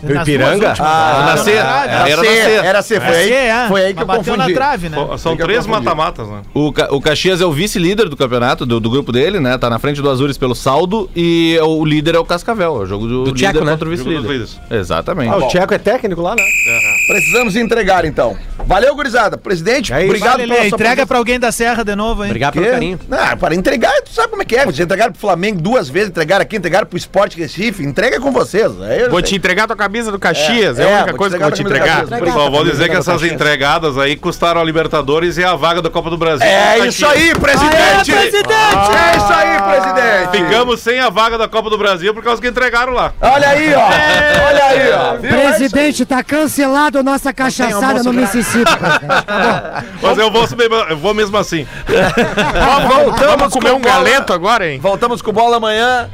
C: Nas
G: Ipiranga?
C: duas últimas.
B: Ah,
H: na
C: Bateu
H: C,
C: trave.
H: era na C.
B: Era C, foi
C: É,
B: aí,
C: é.
B: foi aí que eu
C: Mas
B: confundi.
C: bateu na trave, né?
J: São
B: Fica
J: três
B: confundido.
J: mata-matas, né?
H: O, Ca- o Caxias é o vice-líder do campeonato, do, do grupo dele, né? Tá na frente do Azures pelo saldo e é o líder é o Cascavel. É o jogo do, líder
I: Tcheco, né?
H: contra o
J: Jogo dos
H: vice-líder.
J: líderes.
H: Exatamente.
G: Ah, o Tcheco é técnico lá, né?
B: Precisamos entregar, então. Valeu, gurizada. Presidente,
G: É isso.
B: obrigado
C: Vai, Lelê, entrega pra alguém da Serra de novo, hein?
G: é?
I: Obrigado pelo carinho.
B: Ah, para entregar, tu sabe como é que é? Vocês entregaram pro Flamengo duas vezes, entregaram aqui, entregaram pro Esporte Recife. Entrega com vocês. É aí eu
D: Vou
B: sei.
D: te entregar tua camisa do Caxias, é,
B: É,
D: a
B: é,
D: única
B: vou te
D: coisa que eu vou te
B: entregar
D: entregar.
B: a camisa do
J: Só vou dizer que essas
D: é.
J: entregadas aí custaram a Libertadores e a vaga da Copa do Brasil.
B: É isso aí, presidente! É isso aí,
D: É.
B: presidente!
J: Ficamos sem a vaga da Copa do Brasil por causa que entregaram lá.
B: Olha aí, ó! Olha aí, ó! Viu?
F: Presidente, tá cancelado a nossa cachaçada no
B: tá-
F: Mississippi. presidente.
J: Mas eu vou, eu vou mesmo assim.
B: Ó, voltamos
D: Vamos comer
B: com
D: um
B: bola.
D: galeto agora, hein?
B: Voltamos com bola amanhã.